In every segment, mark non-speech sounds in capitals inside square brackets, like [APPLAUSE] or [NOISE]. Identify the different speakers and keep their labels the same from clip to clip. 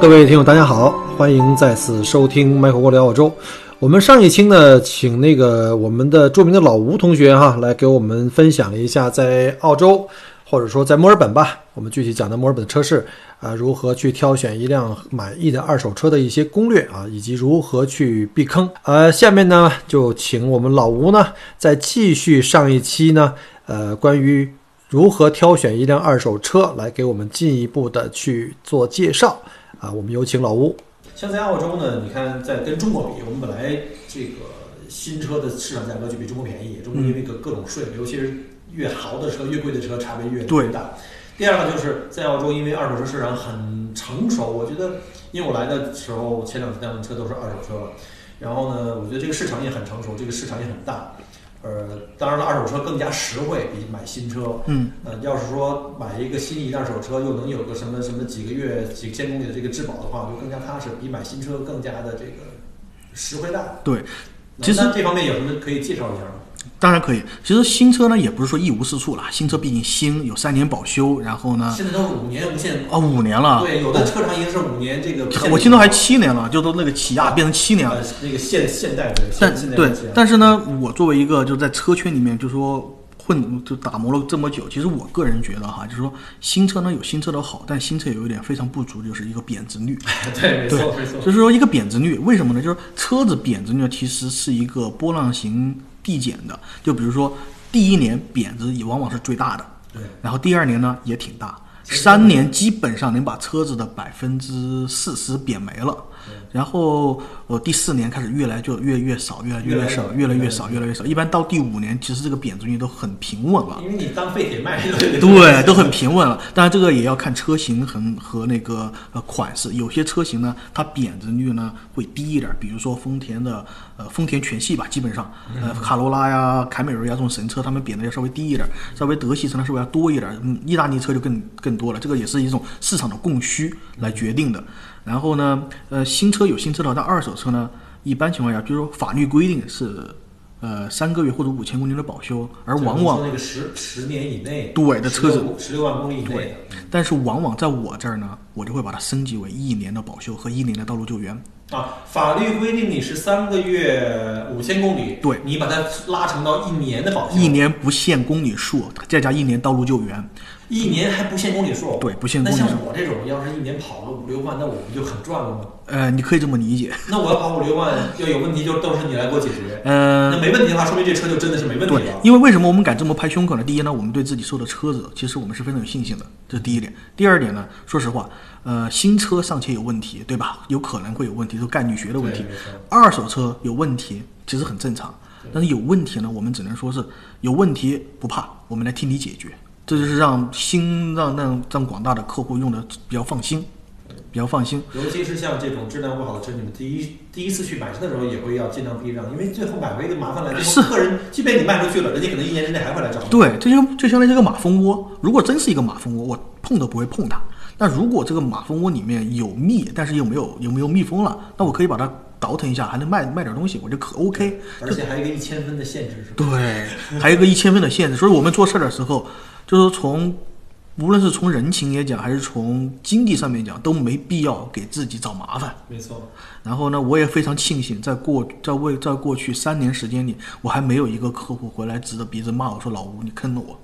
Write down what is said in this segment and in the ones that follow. Speaker 1: 各位听友，大家好，欢迎再次收听麦克锅聊澳洲。我们上一期呢，请那个我们的著名的老吴同学哈，来给我们分享了一下在澳洲，或者说在墨尔本吧，我们具体讲的墨尔本车市啊、如何去挑选一辆满意的二手车的一些攻略啊，以及如何去避坑。呃，下面呢，就请我们老吴呢，再继续上一期呢，呃，关于如何挑选一辆二手车，来给我们进一步的去做介绍。啊，我们有请老吴。像在澳洲呢，你看在跟中国比，我们本来这个新车的市场价格就比中国便宜，中国因为各各种税，尤其是越豪的车、越贵的车差别越
Speaker 2: 对
Speaker 1: 大。第二个就是在澳洲，因为二手车市场很成熟，我觉得，因为我来的时候前两辆车都是二手车了，然后呢，我觉得这个市场也很成熟，这个市场也很大。呃，当然了，二手车更加实惠，比买新车。
Speaker 2: 嗯，
Speaker 1: 呃，要是说买一个心仪的二手车，又能有个什么什么几个月、几千公里的这个质保的话，就更加踏实，比买新车更加的这个实惠大。
Speaker 2: 对，
Speaker 1: 那
Speaker 2: 其实
Speaker 1: 那这方面有什么可以介绍一下吗？
Speaker 2: 当然可以。其实新车呢，也不是说一无是处啦，新车毕竟新，有三年保修，然后呢，
Speaker 1: 现在都是五年无限，
Speaker 2: 啊，五年了，
Speaker 1: 对，有的车长也是五年这个不限
Speaker 2: 我
Speaker 1: 里
Speaker 2: 听到还
Speaker 1: 程
Speaker 2: 七年了，就都那个起亚变成七年了。
Speaker 1: 呃那个现现代对，
Speaker 2: 但
Speaker 1: 现现代
Speaker 2: 对
Speaker 1: 的这，样
Speaker 2: 但是呢，我作为一个就在车圈里面，就说混就打磨了这么久，其实我个人觉得哈，就是说新车呢有新车的好，但新车有一点非常不足，就是一个贬
Speaker 1: [LAUGHS]
Speaker 2: 值率。
Speaker 1: [LAUGHS] 对，没错没错。
Speaker 2: 就是说一个贬值率，为什么呢？就是车子贬值率其实是一个波浪形递减的，就比如说第一年贬值也往往是最大的，
Speaker 1: 对，
Speaker 2: 然后第二年呢也挺大，三年基本上能把车子的百分之四十贬没了，然后呃第四年开始越来就越越少，越来
Speaker 1: 越来
Speaker 2: 越
Speaker 1: 越
Speaker 2: 少，
Speaker 1: 少
Speaker 2: 越来越少，越来越少，一般到第五年其实这个贬值率都很平稳了。
Speaker 1: 因为你当废铁卖对
Speaker 2: 对，都很平稳了。当然，这个也要看车型和和那个呃款式。有些车型呢，它贬值率呢会低一点儿，比如说丰田的呃丰田全系吧，基本上呃卡罗拉呀、凯美瑞呀这种神车，它们贬的要稍微低一点儿，稍微德系车呢稍微要多一点儿，嗯，意大利车就更更多了。这个也是一种市场的供需来决定的。然后呢，呃，新车有新车的好，但二手车呢，一般情况下，就是说法律规定是。呃，三个月或者五千公里的保修，而
Speaker 1: 就是
Speaker 2: 往往
Speaker 1: 说那个十十年以内，
Speaker 2: 对的车子
Speaker 1: 十六万公里以内的，
Speaker 2: 但是往往在我这儿呢，我就会把它升级为一年的保修和一年的道路救援。
Speaker 1: 啊，法律规定你是三个月五千公里，
Speaker 2: 对
Speaker 1: 你把它拉长到一年的保修，
Speaker 2: 一年不限公里数，再加一年道路救援。
Speaker 1: 一年还不限公里数，
Speaker 2: 对不限公里
Speaker 1: 那
Speaker 2: 数
Speaker 1: 像我这种，要是一年跑个五六万，那我不就很赚了吗？
Speaker 2: 呃，你可以这么理解。
Speaker 1: 那我要跑五六万，要有问题就都是你来给我解决。
Speaker 2: 嗯、
Speaker 1: 那没问题的话，说明这车就真的是没问题
Speaker 2: 对
Speaker 1: 了，。
Speaker 2: 因为为什么我们敢这么拍胸口呢？第一呢，我们对自己售的车子，其实我们是非常有信心的，这是第一点。第二点呢，说实话，呃，新车尚且有问题，对吧？有可能会有问题，都概率学的问题
Speaker 1: 对。没错
Speaker 2: 二手车有问题其实很正常，但是有问题呢，我们只能说是有问题不怕，我们来替你解决。这就是让新让让让广大的客户用的比较放心，比较放心。
Speaker 1: 尤其是像这种质量不好的车，你们第一第一次去买车的时候也会要尽量避让，因为最后买回一个麻烦来，
Speaker 2: 是
Speaker 1: 最后客人，即便你卖出去了，人家可能一年之内还会来找你。
Speaker 2: 对，这就就相当于这个马蜂窝。如果真是一个马蜂窝，我碰都不会碰它。那如果这个马蜂窝里面有蜜，但是又没有又没有蜜蜂了，那我可以把它倒腾一下，还能卖卖点东西，我就可 OK。
Speaker 1: 而且还有一个一千分的限制，是吧？
Speaker 2: 对，还有一个一千分的限制，所以我们做事儿的时候，就是从无论是从人情也讲，还是从经济上面讲，都没必要给自己找麻烦。
Speaker 1: 没错，
Speaker 2: 然后呢，我也非常庆幸，在过在为在过去三年时间里，我还没有一个客户回来指着鼻子骂我说老吴你坑了我。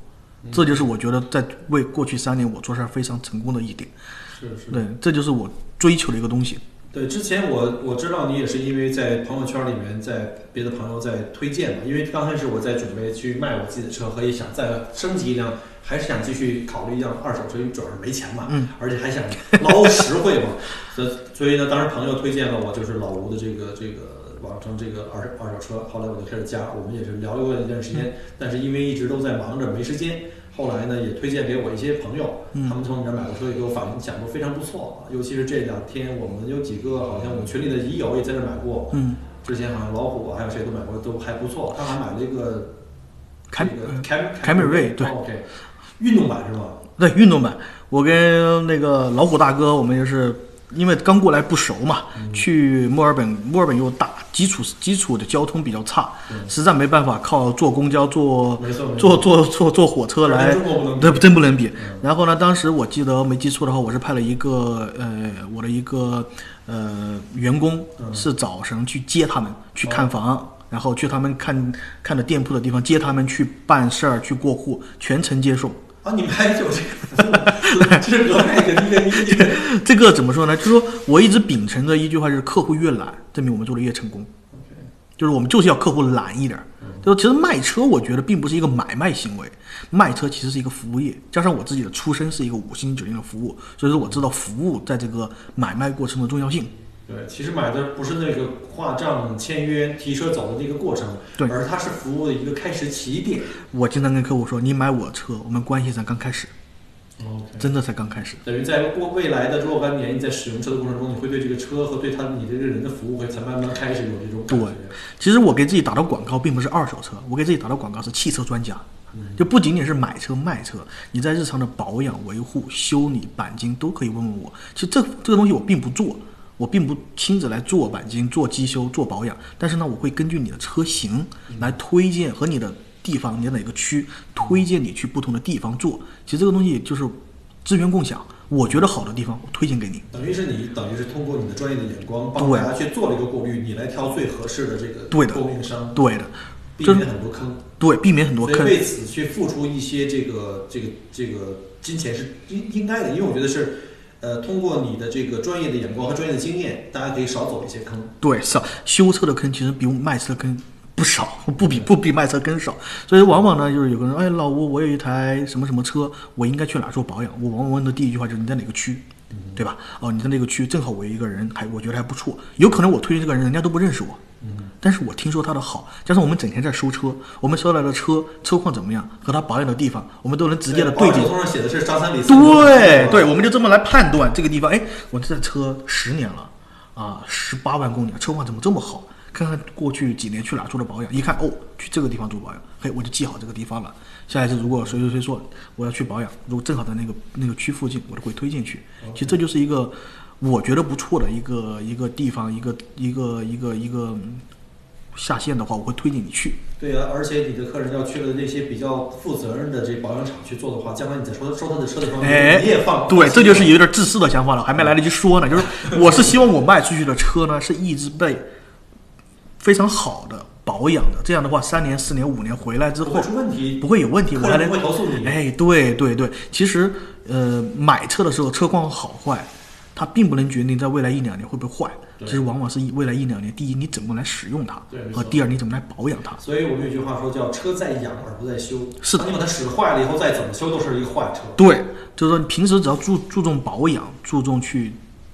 Speaker 2: 这就是我觉得在为过去三年我做事儿非常成功的一点，
Speaker 1: 是是。
Speaker 2: 对，这就是我追求的一个东西。
Speaker 1: 对，之前我我知道你也是因为在朋友圈里面，在别的朋友在推荐嘛，因为刚开始我在准备去卖我自己的车，和也想再升级一辆，还是想继续考虑一辆二手车，因为主要是没钱嘛，
Speaker 2: 嗯，
Speaker 1: 而且还想捞实惠嘛，所以所以呢，当时朋友推荐了我就是老吴的这个这个网上这个二手二手车，后来我就开始加，我们也是聊了过一段时间，但是因为一直都在忙着没时间，后来呢也推荐给我一些朋友，他们从你这儿买过车以后反响都非常不错，尤其是这两天我们有几个好像我们群里的乙友也在这儿买过，
Speaker 2: 嗯，
Speaker 1: 之前好像老虎啊还有谁都买过，都还不错。他还买了一个
Speaker 2: 呃凯
Speaker 1: 这个凯
Speaker 2: 凯美瑞对
Speaker 1: 哦，OK，运动版是吧？
Speaker 2: 对，运动版，我跟那个老虎大哥，我们也是因为刚过来不熟嘛，
Speaker 1: 嗯
Speaker 2: 去墨尔本，墨尔本又大，基础基础的交通比较差，实在没办法靠坐公交、坐
Speaker 1: 嗯没错没
Speaker 2: 坐坐坐坐火车来
Speaker 1: 中国不能比嗯
Speaker 2: 对，真不能比。然后呢，当时我记得没记错的话，我是派了一个呃，我的一个呃员工
Speaker 1: 嗯
Speaker 2: 是早晨去接他们去看
Speaker 1: 哦
Speaker 2: 房，然后去他们看看的店铺的地方接他们去办事儿、去过户，全程接送。
Speaker 1: 啊，你们还有这个， [LAUGHS] 这是额外一个一个一个。
Speaker 2: [CLEARS THROAT] 这个怎么说呢？就是说我一直秉承着一句话，就是客户越懒，证明我们做的越成功。就是我们就是要客户懒一点儿。就是其实卖车，我觉得并不是一个买卖行为，卖车其实是一个服务业。加上我自己的出身是一个五星酒店的服务，所以说我知道服务在这个买卖过程的重要性。
Speaker 1: 对，其实买的不是那个跨账、签约、提车走的那个过程，
Speaker 2: 对
Speaker 1: 而它是服务的一个开始起点。
Speaker 2: 我经常跟客户说，你买我车，我们关系才刚开始，
Speaker 1: OK，
Speaker 2: 真的才刚开始。
Speaker 1: 等于在过未来的若干年，你在使用车的过程中，你会对这个车和对他你这个人的服务，会才慢慢开始有这种感觉。
Speaker 2: 其实我给自己打的广告并不是二手车，我给自己打的广告是汽车专家，就不仅仅是买车卖车，你在日常的保养、维护、修理、钣金都可以问问我。其实这这个东西我并不做，我并不亲自来做钣金、做机修、做保养，但是呢，我会根据你的车型来推荐和你的地方、你的哪个区推荐你去不同的地方做。其实这个东西就是资源共享，我觉得好的地方我推荐给你。
Speaker 1: 等于是你，等于是通过你的专业的眼光，帮大家去做了一个过滤，你来挑最合适的这个
Speaker 2: 对的
Speaker 1: 供应商，
Speaker 2: 对的，
Speaker 1: 避
Speaker 2: 就
Speaker 1: 免
Speaker 2: 是
Speaker 1: 很多坑。
Speaker 2: 对避免很多
Speaker 1: 所以
Speaker 2: 坑。
Speaker 1: 为此去付出一些这个这个这个金钱是应应该的，因为我觉得是，呃，通过你的这个专业的眼光和专业的经验，大家可以少走一些坑。
Speaker 2: 对，少修车的坑其实比卖车坑不少，不比不比卖车更少。所以往往呢，就是有个人，哎，老吴，我有一台什么什么车，我应该去哪做保养？我往往问的第一句话就是你在哪个区，对吧？哦，你在那个区，正好我有一个人还我觉得还不错，有可能我推荐这个人，人家都不认识我。但是我听说他的好，加上我们整天在收车，我们收来的车车况怎么样，和他保养的地方，我们都能直接的对接
Speaker 1: 合。同上写的是张三李四。
Speaker 2: 对对，，我们就这么来判断这个地方。哎，我这车十年了啊，十八万公里，车况怎么这么好？看看过去几年去哪做的保养，一看哦，去这个地方做保养，嘿，我就记好这个地方了。下一次如果谁谁谁说我要去保养，如果正好在那个那个区附近，我就会推荐去。其实这就是一个我觉得不错的一个一个地方，一个一个一个一个嗯下线的话，我会推荐你去。
Speaker 1: 对啊，而且你的客人要去了那些比较负责任的这保养厂去做的话，将来你在收收他的车的时候，
Speaker 2: 哎，
Speaker 1: 你也放
Speaker 2: 对，这就是有点自私的想法了，还没来得及说呢。就是我是希望我卖出去的车呢，是一直被非常好的保养的，这样的话，三年、四年、五年回来之
Speaker 1: 不
Speaker 2: 后
Speaker 1: 会出问题，
Speaker 2: 不会有问题，我
Speaker 1: 客
Speaker 2: 还
Speaker 1: 人
Speaker 2: 能
Speaker 1: 不会投诉你。
Speaker 2: 哎，对对对，其实呃，买车的时候车况好坏，它并不能决定在未来一两年会不会坏，
Speaker 1: 对
Speaker 2: 其实往往是以未来一两年，第一你怎么来使用它
Speaker 1: 对没，
Speaker 2: 和
Speaker 1: 错
Speaker 2: 第二你怎么来保养它。
Speaker 1: 所以我们有句话说叫“车在养而不在修”，
Speaker 2: 是的
Speaker 1: 你把它使坏了以后再怎么修都是一个坏车。
Speaker 2: 对，就是说你平时只要注注重保养，注重去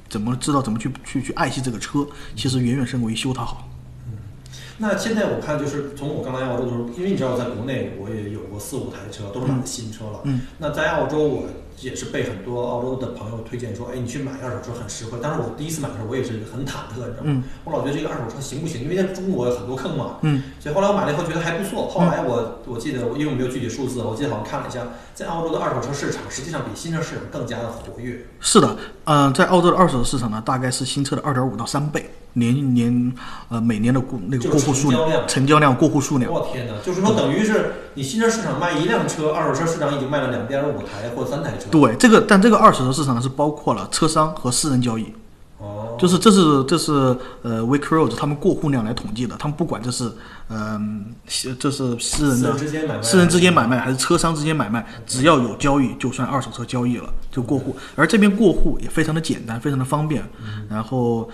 Speaker 2: 怎么知道怎么去去去爱惜这个车，其实远远胜过于修它好。
Speaker 1: 那现在我看就是从我刚来澳洲的时候，因为你知道我在国内我也有过四五台车，都是买的新车了。
Speaker 2: 嗯
Speaker 1: 那在澳洲我也是被很多澳洲的朋友推荐说，哎，你去买二手车很实惠。但是我第一次买的时候，我也是很忐忑，你知道吗？
Speaker 2: 嗯
Speaker 1: 我老觉得这个二手车行不行？因为在中国有很多坑嘛。
Speaker 2: 嗯，
Speaker 1: 所以后来我买了以后觉得还不错。后来我我记得，我因为我没有具体数字，我记得好像看了一下，在澳洲的二手车市场实际上比新车市场更加的活跃。
Speaker 2: 是的，嗯、在澳洲的二手市场呢，大概是新车的二点五到三倍，年年呃每年的过那个
Speaker 1: 就
Speaker 2: 过
Speaker 1: 是
Speaker 2: 户
Speaker 1: 成
Speaker 2: 数
Speaker 1: 交
Speaker 2: 量、
Speaker 1: 量
Speaker 2: 成交量、过户数量。
Speaker 1: 我天哪！就是说，等于是你新车市场卖一辆车，二手车市场已经卖了两点五台或三台车。
Speaker 2: 对，这个但这个二手车市场呢是包括了车商和私人交易，
Speaker 1: 哦，
Speaker 2: 就是这是这是呃 Wick Road 他们过户量来统计的，他们不管这是嗯、这是私人
Speaker 1: 私
Speaker 2: 的
Speaker 1: 人之间买卖，
Speaker 2: 私人之间买卖还是车商之间买卖，只要有交易就算二手车交易了，就过户。而这边过户也非常的简单，非常的方便。
Speaker 1: 嗯
Speaker 2: 然后，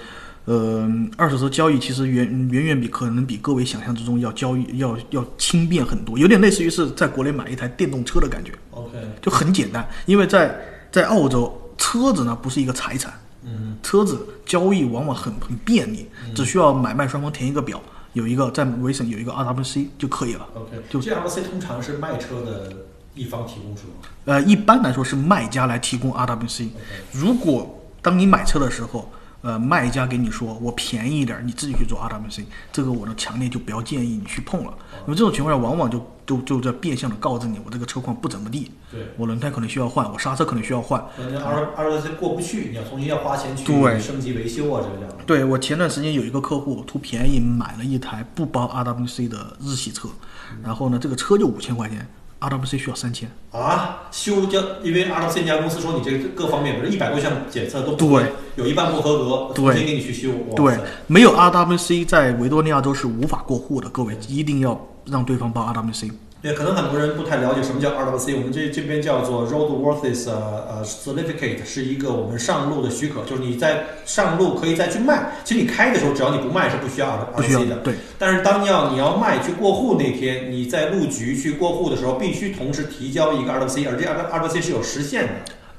Speaker 2: 呃，二手车交易其实远远远比可能比各位想象之中要交易要要轻便很多，有点类似于是在国内买一台电动车的感觉，
Speaker 1: OK，
Speaker 2: 就很简单。因为在在澳洲，车子呢不是一个财产，
Speaker 1: 嗯，
Speaker 2: 车子交易往往很很便利，只需要买卖双方填一个表，有一个在维省有一个 RWC 就可以了。
Speaker 1: ，OK，
Speaker 2: 就
Speaker 1: 这 RC 通常是卖车的一一方提供是吗？
Speaker 2: 呃，一般来说是卖家来提供 RWC。如果当你买车的时候，呃，卖家给你说我便宜一点儿，你自己去做 RWC，这个我呢强烈就不要建议你去碰了。那么这种情况下，往往就就就在变相的告知你，我这个车况不怎么地，
Speaker 1: 对，
Speaker 2: 我轮胎可能需要换，我刹车可能需要换。
Speaker 1: 可能二二十岁过不去，你要重新要花钱去
Speaker 2: 对
Speaker 1: 升级维修啊，这个样的。
Speaker 2: 对我前段时间有一个客户图便宜买了一台不包 RWC 的日系车，
Speaker 1: 嗯
Speaker 2: 然后呢，这个车就五千块钱，RWC 需要三千。
Speaker 1: 啊，修这，因为 R C 那家公司说你这各方面，比如一百多项检测都不
Speaker 2: 对
Speaker 1: 会，有一半不合格，
Speaker 2: 对
Speaker 1: 重新给你去修。哇
Speaker 2: 对
Speaker 1: 塞，
Speaker 2: 没有 RWC 在维多利亚州是无法过户的，各
Speaker 1: 嗯
Speaker 2: 位一定要让对方报 RWC。
Speaker 1: 对，可能很多人不太了解什么叫 RWC，我们这这边叫做 Roadworthiness 呃呃 Certificate，是一个我们上路的许可，就是你在上路可以再去卖。其实你开的时候，只要你不卖是不需要 R
Speaker 2: 不需要
Speaker 1: RWC 的。
Speaker 2: 对
Speaker 1: 但是当要你要卖去过户那天，你在路局去过户的时候，必须同时提交一个 RWC，而这 R RWC 是有时限的。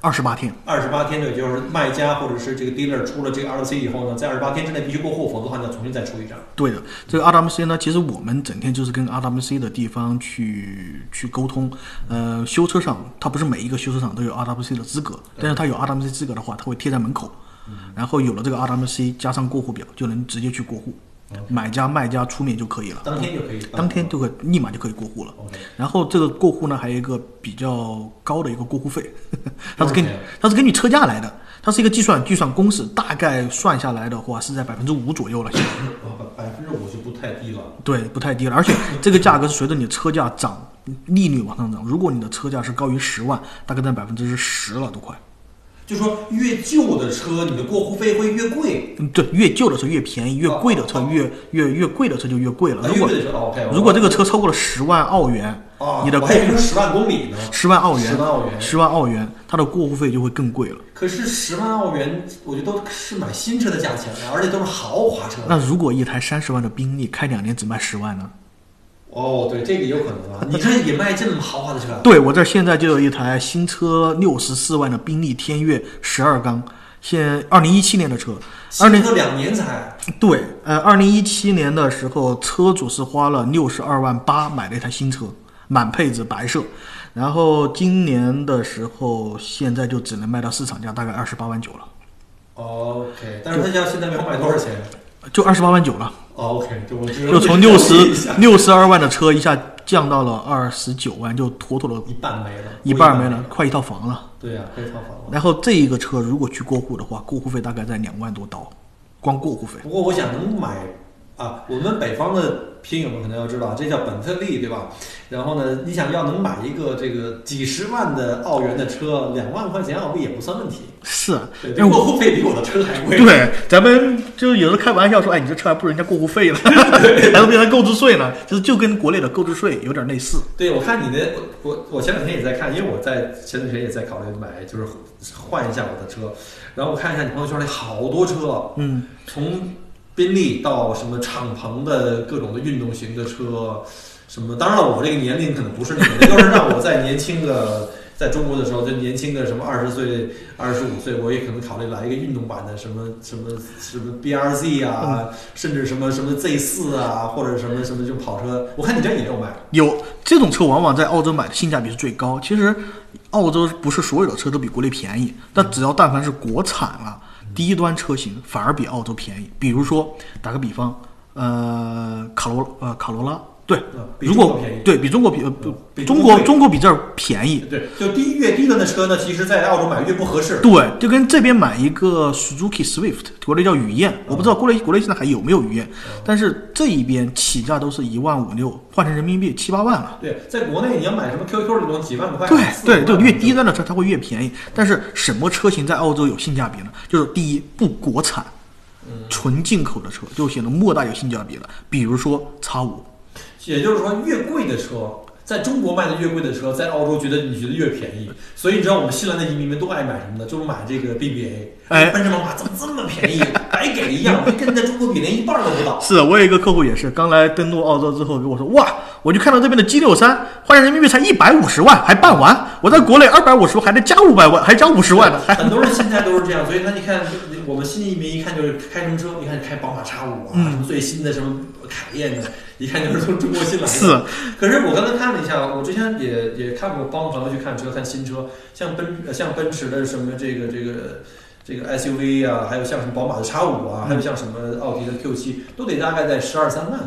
Speaker 2: 二十八天，
Speaker 1: 二十八天内，就是卖家或者是这个 dealer 出了这个 RWC 以后呢，在二十八天之内必须过户，否则的话你要重新再出一张。
Speaker 2: 对的。这个 RWC 呢，其实我们整天就是跟 RWC 的地方去去沟通。呃，修车厂它不是每一个修车厂都有 RWC 的资格，但是它有 RWC 资格的话，它会贴在门口。
Speaker 1: 嗯
Speaker 2: 然后有了这个 RWC 加上过户表，就能直接去过户，买家卖家出面就可以了，
Speaker 1: 哦当天就哦可以。
Speaker 2: 当天就可以立马就可以过户了。
Speaker 1: OK，
Speaker 2: 然后这个过户呢，还有一个比较高的一个过户费， [LAUGHS] 它是根
Speaker 1: 多少钱
Speaker 2: 据
Speaker 1: 啊
Speaker 2: 它是根据车价来的，它是一个计算计算公式，大概算下来的话是在百分之五左右了。现在
Speaker 1: 哦百百分之五就不太低了。
Speaker 2: 对，不太低了，而且这个价格是随着你的车价涨，利率往上涨。如果你的车价是高于十万，大概在百分之十了都快。
Speaker 1: 就说越旧的车，你的过户费会越贵，
Speaker 2: 嗯，对，越旧的车越便宜，越贵的车
Speaker 1: 哦
Speaker 2: 越越越贵的车就越贵了。
Speaker 1: 啊，
Speaker 2: 如
Speaker 1: 越
Speaker 2: 果
Speaker 1: 贵的车哦 OK。
Speaker 2: 如果这个车超过了十万澳元
Speaker 1: 啊，，
Speaker 2: 你的
Speaker 1: 我
Speaker 2: 过
Speaker 1: 还以为是十万公里呢。
Speaker 2: 十万澳元
Speaker 1: 10万澳元
Speaker 2: 十万澳元，它的过户费就会更贵了。
Speaker 1: 可是十万澳元，我觉得都是买新车的价钱了，而且都是豪华车。
Speaker 2: 那如果一台三十万的宾利开两年只卖十万呢？
Speaker 1: 哦，对，这个有可能啊。你这也卖这么豪华的
Speaker 2: [LAUGHS]
Speaker 1: 车啊？
Speaker 2: 对我这儿现在就有一台新车六十四万的宾利天越十二缸，现二零一七年的车，二
Speaker 1: 新
Speaker 2: 零
Speaker 1: 车两年才，
Speaker 2: 对，呃，二零一七年的时候，车主是花了六十二万八买了一台新车，满配置白色，然后今年的时候，现在就只能卖到市场价大概二十八万九了，
Speaker 1: 哦 OK，但是他家现在没有卖多少钱。
Speaker 2: 就二十八万九了，
Speaker 1: 哦 OK，就我只
Speaker 2: 就从六十六十二万的车一下降到了二十九万，就妥妥的
Speaker 1: 一半没了，
Speaker 2: 一半没了，。快一套房了。
Speaker 1: 对呀、可以套房了。
Speaker 2: 然后这一个车如果去过户的话，过户费大概在两万多刀，光过户费。
Speaker 1: 不过我想能买啊，我们北方的听友们可能要知道，这叫本特利，对吧？然后呢，你想要能买一个这个几十万的澳元的车，两万块钱澳币也不算问题。
Speaker 2: 是啊，
Speaker 1: 对，
Speaker 2: 但
Speaker 1: 这
Speaker 2: 是
Speaker 1: 过
Speaker 2: 我
Speaker 1: 户费比我的车还贵。
Speaker 2: 对咱们就有人开玩笑说，哎，你这车还不如人家过
Speaker 1: [LAUGHS]
Speaker 2: 户费呢，还不如人家购置税呢，就是就跟国内的购置税有点类似。
Speaker 1: 对，我看你的，我我我前两天也在看，因为我在前段时间也在考虑买，就是换一下我的车。然后我看一下你朋友圈里好多车，啊
Speaker 2: 嗯，
Speaker 1: 从宾利到什么敞篷的各种的运动型的车，什么当然了，我这个年龄可能不是你们，要是让我再年轻个，在中国的时候，就年轻个什么二十岁、二十五岁，我也可能考虑来一个运动版的什么什么什么 BRZ 啊，甚至什么什么 Z 四啊，或者什么什么这种跑车，我看你这也有买。
Speaker 2: 有这种车往往在澳洲买的性价比是最高。其实澳洲不是所有的车都比国内便宜，但只要但凡是国产啊，低端车型反而比澳洲便宜。比如说打个比方，呃，卡罗呃卡罗拉，对
Speaker 1: 嗯，比
Speaker 2: 如
Speaker 1: 中
Speaker 2: 国
Speaker 1: 国便宜
Speaker 2: 对比中国比呃不
Speaker 1: 比
Speaker 2: 中
Speaker 1: 中
Speaker 2: 国
Speaker 1: 国贵
Speaker 2: 中国比这儿便宜。
Speaker 1: 对，就低越低端的车呢，其实在澳洲买越不合适。
Speaker 2: 对，就跟这边买一个 Suzuki Swift，国内叫雨燕，
Speaker 1: 嗯
Speaker 2: 我不知道国内国内现在还有没有雨燕，但是这一边起价都是一万五六，换成人民币七八万了。
Speaker 1: 对，在国内你要买什么 QQ 这种几万块，
Speaker 2: 对
Speaker 1: 四五
Speaker 2: 对
Speaker 1: 万
Speaker 2: 对，越低端的车它会越便宜。但是什么车型在澳洲有性价比呢？就是第一，不国产，
Speaker 1: 嗯
Speaker 2: 纯进口的车就显得莫大有性价比了。比如说叉五，
Speaker 1: 也就是说，越贵的车，在中国卖的越贵的车，在澳洲觉得你觉得越便宜。所以你知道我们新来的移民们都爱买什么呢？就是买这个 BBA。
Speaker 2: 哎
Speaker 1: 奔驰宝马怎么这么便宜？白给一样，跟在中国比连一半都不到。
Speaker 2: 是我有一个客户也是，刚来登陆澳洲之后跟我说，哇，我就看到这边的 G 六三换成人民币才一百五十万，还办完。我在国内二百五十还得加五百万，还加五十万呢，还
Speaker 1: 很多人心态都是这样，所以他你看，我们新移民一看就是开什么车，你看开宝马 X 五啊，
Speaker 2: 嗯
Speaker 1: 什么最新的什么凯宴的，一看就是从中国新来的。
Speaker 2: 是。
Speaker 1: [LAUGHS] 可是我刚才看了一下，我之前也也看过，帮朋友去看车，看新车，像奔呃像奔驰的什么这个这个这个 SUV 啊，还有像什么宝马的 X 五
Speaker 2: 嗯
Speaker 1: 啊，还有像什么奥迪的 Q 七，都得大概在十二三万，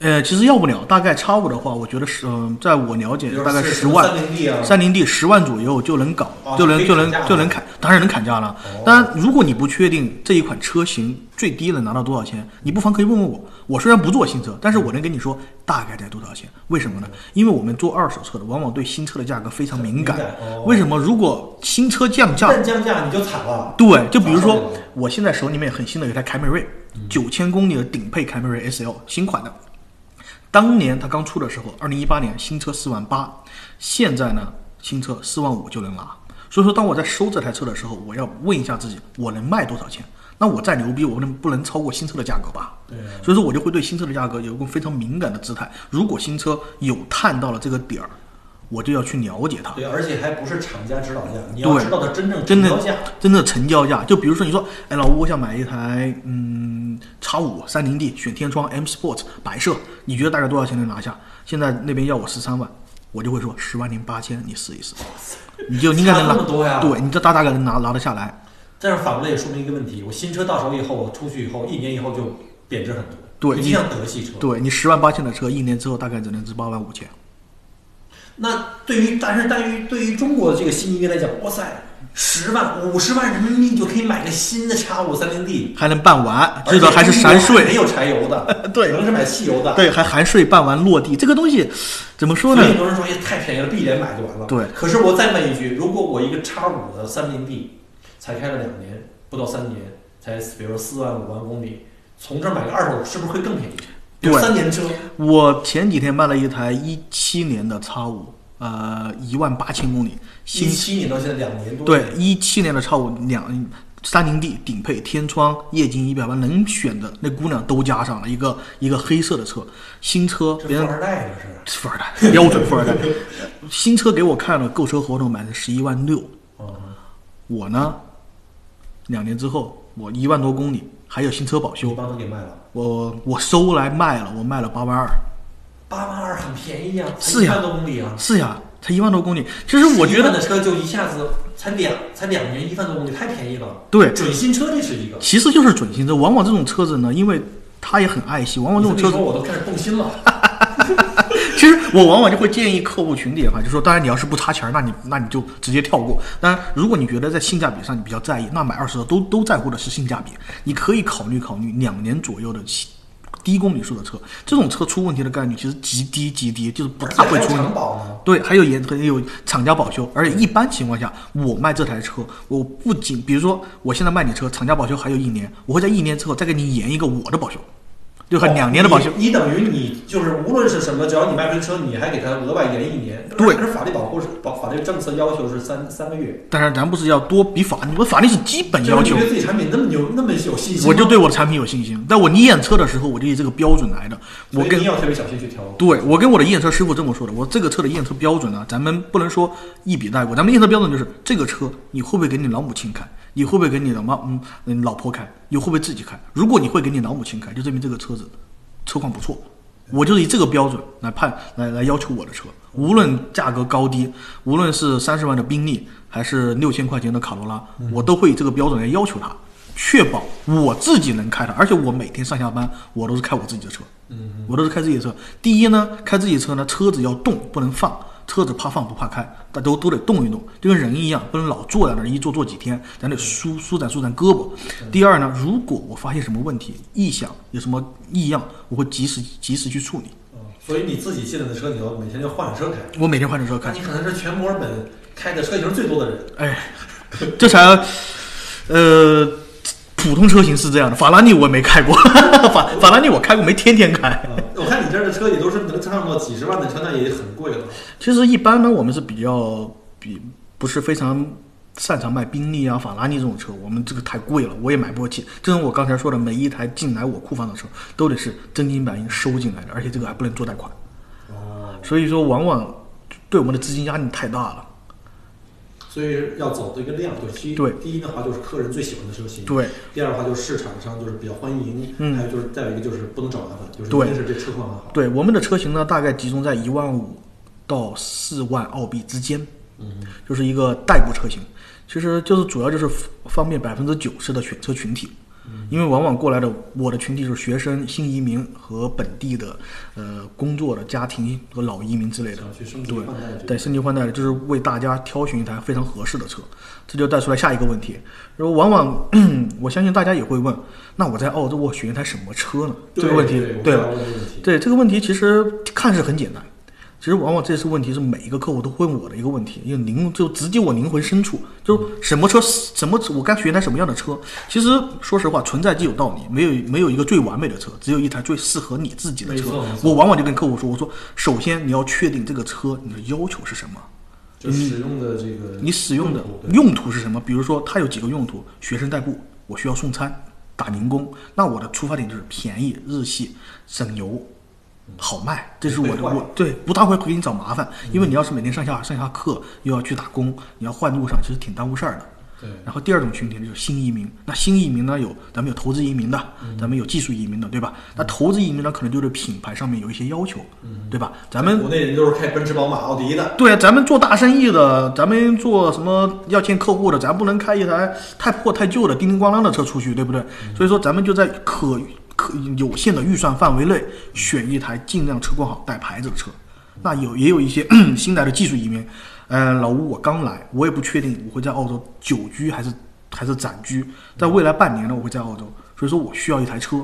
Speaker 2: 呃，其实要不了，大概差五的话，我觉得是，嗯、在我了解
Speaker 1: 比如
Speaker 2: 大概
Speaker 1: 是
Speaker 2: 十万，
Speaker 1: 三零 D 啊，
Speaker 2: 三零 D 十万左右就能搞
Speaker 1: 哦，
Speaker 2: 就
Speaker 1: 可
Speaker 2: 能
Speaker 1: 以
Speaker 2: 就能
Speaker 1: 砍价
Speaker 2: 就能砍，当然能砍价了。
Speaker 1: 哦
Speaker 2: 当然，如果你不确定这一款车型最低能拿到多少钱，你不妨可以问问我。我虽然不做新车，但是我能跟你说大概在多少钱。为什么
Speaker 1: 嗯
Speaker 2: 呢？因为我们做二手车的，往往对新车的价格非常敏感
Speaker 1: 敏感哦。
Speaker 2: 为什么？如果新车降价，
Speaker 1: 但降价你就惨了。
Speaker 2: 对，就比如
Speaker 1: 啊
Speaker 2: 说，我现在手里面很新的有一台凯美瑞，九千公里的顶配凯美瑞 SL 新款的，当年它刚出的时候，二零一八年新车四万八，现在呢新车四万五就能拿。所以说，当我在收这台车的时候，我要问一下自己，我能卖多少钱？那我再牛逼，我不能不能超过新车的价格吧？
Speaker 1: 对啊
Speaker 2: 所以说我就会对新车的价格有一个非常敏感的姿态。如果新车有探到了这个点儿，我就要去了解它。
Speaker 1: 对，而且还不是厂家指导价，你要知道它真正
Speaker 2: 真
Speaker 1: 成
Speaker 2: 的
Speaker 1: 交价。
Speaker 2: 真的成交价，就比如说你说，哎，老吴，我想买一台嗯叉五三零 D 选天窗 M Sport 白色，你觉得大概多少钱能拿下？现在那边要我十三万，我就会说十万零八千，你试一试，你就应该能
Speaker 1: 差
Speaker 2: 拿
Speaker 1: 这么多呀
Speaker 2: 对，你这大大概能拿拿得下来。
Speaker 1: 但是反过来也说明一个问题：我新车到手以后，我出去以后，一年以后就贬值很多。
Speaker 2: 对
Speaker 1: 一定要德系车。
Speaker 2: 对你十万八千的车，一年之后大概只能值八万五千。
Speaker 1: 那对于，但是对于对于中国的这个新移民来讲，哇塞，十万、五十万人民币就可以买个新的叉五三零 D，
Speaker 2: 还能办完，这个还是
Speaker 1: 闪
Speaker 2: 含
Speaker 1: 没
Speaker 2: 税，
Speaker 1: 有柴油的
Speaker 2: [LAUGHS] ，对
Speaker 1: 可能是买汽油的。
Speaker 2: 对，还含税办完落地，这个东西怎么说
Speaker 1: 所
Speaker 2: 呢
Speaker 1: 以？很多人说也太便宜了，闭眼买就完了。
Speaker 2: 对
Speaker 1: 可是我再问一句，如果我一个叉五的三零 D，才开了两年，不到三年，才比如说四万五万公里，从这儿买个二手是不是会更便宜？
Speaker 2: 对
Speaker 1: 有三年车，
Speaker 2: 我前几天卖了一台一七年的叉五，呃，一万八千公里，
Speaker 1: 一
Speaker 2: 新
Speaker 1: 七年到现在两年多。
Speaker 2: 对，一七年的叉五两三零 D 顶配天窗液晶仪表盘能选的那姑娘都加上了一个一个黑色的车，新车
Speaker 1: 这
Speaker 2: 别
Speaker 1: 富
Speaker 2: 人 [LAUGHS]
Speaker 1: 二代这是。
Speaker 2: 富二代标准 [LAUGHS] 富二代，新车给我看了购车合同买的十一万六，
Speaker 1: 哦，
Speaker 2: 我呢两年之后我一万多公里，还有新车保
Speaker 1: 你
Speaker 2: 修，
Speaker 1: 帮他给卖了，
Speaker 2: 我我收来卖了，我卖了八万二，
Speaker 1: 八万二很便宜啊，才
Speaker 2: 是呀
Speaker 1: 一万多公里啊。
Speaker 2: 是呀，才一万多公里，其实我觉
Speaker 1: 11万
Speaker 2: 得
Speaker 1: 的车就一下子才两才两年一万多公里，太便宜了。
Speaker 2: 对。
Speaker 1: 准新车这是一个，
Speaker 2: 其实就是准新车。往往这种车子呢，因为他也很爱惜，往往这
Speaker 1: 你
Speaker 2: 种
Speaker 1: 这么
Speaker 2: 车
Speaker 1: 一
Speaker 2: 子
Speaker 1: 说，我都开始动心了。
Speaker 2: 其实我往往就会建议客户群体的话，就说，当然你要是不差钱儿，那你那你就直接跳过。当然，如果你觉得在性价比上你比较在意，那买二手车都都在乎的是性价比，你可以考虑考虑两年左右的起低公里数的车，这种车出问题的概率其实极低极低，就是不
Speaker 1: 而且
Speaker 2: 大会
Speaker 1: 还有
Speaker 2: 出问题
Speaker 1: 长。保呢，
Speaker 2: 对，还有延还有厂家保修，而且一般情况下，我卖这台车，我不仅比如说我现在卖你车，厂家保修还有一年，我会在一年之后再给你延一个我的保修，就很两年的保修。
Speaker 1: 哦你你等于你就是无论是什么，只要你卖出车，你还给他额外延一年。
Speaker 2: 对
Speaker 1: 可是法律保护是保法律政策要求是三三个月。
Speaker 2: 当然，咱不是要多比法，我法律是基本要求
Speaker 1: 就是你，对自己产品那么牛，那么有信心吗，
Speaker 2: 我就对我的产品有信心。但我你验车的时候，我就以这个标准来的。我
Speaker 1: 所以
Speaker 2: 跟
Speaker 1: 你要特别小心去挑。
Speaker 2: 对我跟我的验车师傅这么说的，我这个车的验车标准呢，咱们不能说一笔带过，咱们验车标准就是这个车你会不会给你老母亲开，你会不会给你老妈嗯嗯老婆开，你会不会自己开？如果你会给你老母亲开，就证明这个车子车况不错。我就是以这个标准来判来来要求我的车，无论价格高低，无论是三十万的宾利还是六千块钱的卡罗拉，我都会以这个标准来要求它，确保我自己能开它，而且我每天上下班我都是开我自己的车。我都是开自己的车。第一呢，开自己的车呢，车子要动，不能放。车子怕放不怕开，但都都得动一动，就跟人一样，不能老坐在那儿一坐坐几天，咱得舒舒展舒展胳膊。第二呢，如果我发现什么问题、异响、有什么异样，我会及时及时去处理。
Speaker 1: 嗯所以你自己现在的车，你要每天要换着车开。
Speaker 2: 我每天换着车
Speaker 1: 那
Speaker 2: 开
Speaker 1: 你，可能是全墨尔本开的车型最多的人。
Speaker 2: 哎，这才呃，普通车型是这样的。法拉利我没开过， [LAUGHS] 法法拉利我开过，没天天开。
Speaker 1: 啊， [LAUGHS] 我看你这儿的车也都是能上到几十万的车，那也很贵了。
Speaker 2: 其实一般呢，我们是比较比不是非常擅长卖宾利啊、法拉利这种车，我们这个太贵了，我也买不起。正如我刚才说的，每一台进来我库房的车都得是真金白银收进来的，而且这个还不能做贷款。
Speaker 1: 哦
Speaker 2: 所以说往往对我们的资金压力太大了。
Speaker 1: 所以要走的一个量对，其
Speaker 2: 对
Speaker 1: 第一的话就是客人最喜欢的车型，
Speaker 2: 对，
Speaker 1: 第二的话就是市场上就是比较欢迎，
Speaker 2: 嗯
Speaker 1: 还有就是再有一个就是不能找麻烦，就是
Speaker 2: 对
Speaker 1: 一定是这车况很好，
Speaker 2: 对，我们的车型呢，大概集中在一万五到四万澳币之间，
Speaker 1: 嗯，
Speaker 2: 就是一个代步车型。其实就是主要就是方便百分之九十的选车群体，因为往往过来的我的群体是学生、新移民和本地的呃工作的家庭和老移民之类的。
Speaker 1: 想去升级换代这个
Speaker 2: 对，升级换代就是为大家挑选一台非常合适的车，这就带出来下一个问题。然后往往 [CLEARS THROAT] 我相信大家也会问，那我在澳洲我选一台什么车呢？这个问题，
Speaker 1: 对
Speaker 2: 对
Speaker 1: 我
Speaker 2: 吧
Speaker 1: 知道？这个问题，
Speaker 2: 对这个问题，其实看似很简单，其实往往这次问题是每一个客户都会问我的一个问题，因为灵就直击我灵魂深处，就是什么车，什么我该选台什么样的车。其实说实话，存在即有道理，没有没有一个最完美的车，只有一台最适合你自己的
Speaker 1: 没
Speaker 2: 车
Speaker 1: 错没。错
Speaker 2: 我往往就跟客户说，我说首先你要确定这个车你的要求是什么。
Speaker 1: 就使用的这个
Speaker 2: 你使用的
Speaker 1: 对
Speaker 2: 用途是什么？比如说，它有几个用途：学生代步，我需要送餐、打零工。那我的出发点就是便宜、日系、省油、好卖，这是我的
Speaker 1: 不会坏
Speaker 2: 我对不大会给你找麻烦。因为你要是每天上下上下课，又要去打工，你要换路上，其实挺耽误事儿的。
Speaker 1: 对
Speaker 2: 然后第二种群体呢就是新移民。那新移民呢，有咱们有投资移民的，咱们有技术移民的，对吧？那投资移民呢，可能就是品牌上面有一些要求，对吧？咱们
Speaker 1: 国内人都是开奔驰、宝马、奥迪的，
Speaker 2: 对，啊咱们做大生意的，咱们做什么要见客户的，咱不能开一台太破太旧的叮叮咣啷的车出去，对不对？所以说，咱们就在可可有限的预算范围内，选一台尽量车况好、带牌子的车。那有也有一些 [CLEARS THROAT] 新来的技术移民，嗯、老吴，我刚来，我也不确定我会在澳洲久居还是还是暂居，在未来半年呢，我会在澳洲，所以说我需要一台车。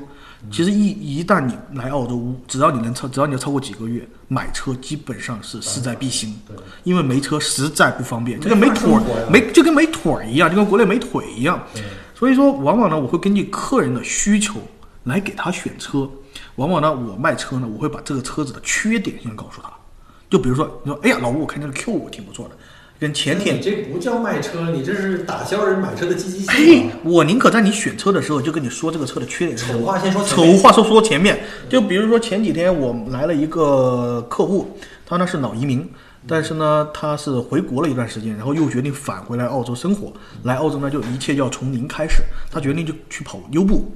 Speaker 2: 其实一一旦你来澳洲，只要你能超，只要你要超过几个月，买车基本上是势在必行。
Speaker 1: 对，
Speaker 2: 因为没车实在不方便，就跟
Speaker 1: 没
Speaker 2: 没
Speaker 1: 法
Speaker 2: 腿
Speaker 1: 生活呀
Speaker 2: 儿没就跟没腿儿一样，就跟国内没腿一样。
Speaker 1: 对
Speaker 2: 所以说，往往呢，我会根据客人的需求来给他选车。往往呢，我卖车呢，我会把这个车子的缺点先告诉他。就比如说，你说，哎呀，老吴，我看这个 Q 五挺不错的，跟前天
Speaker 1: 你这不叫卖车，你这是打消人买车的积极性
Speaker 2: 嘿
Speaker 1: 啊。，
Speaker 2: 我宁可在你选车的时候就跟你说这个车的缺点是什么。
Speaker 1: 丑话先说前面
Speaker 2: 丑话说说前面。就比如说前几天我来了一个客户，他呢是老移民，但是呢他是回国了一段时间，然后又决定返回来澳洲生活。来澳洲呢就一切要从零开始，他决定就去跑优步。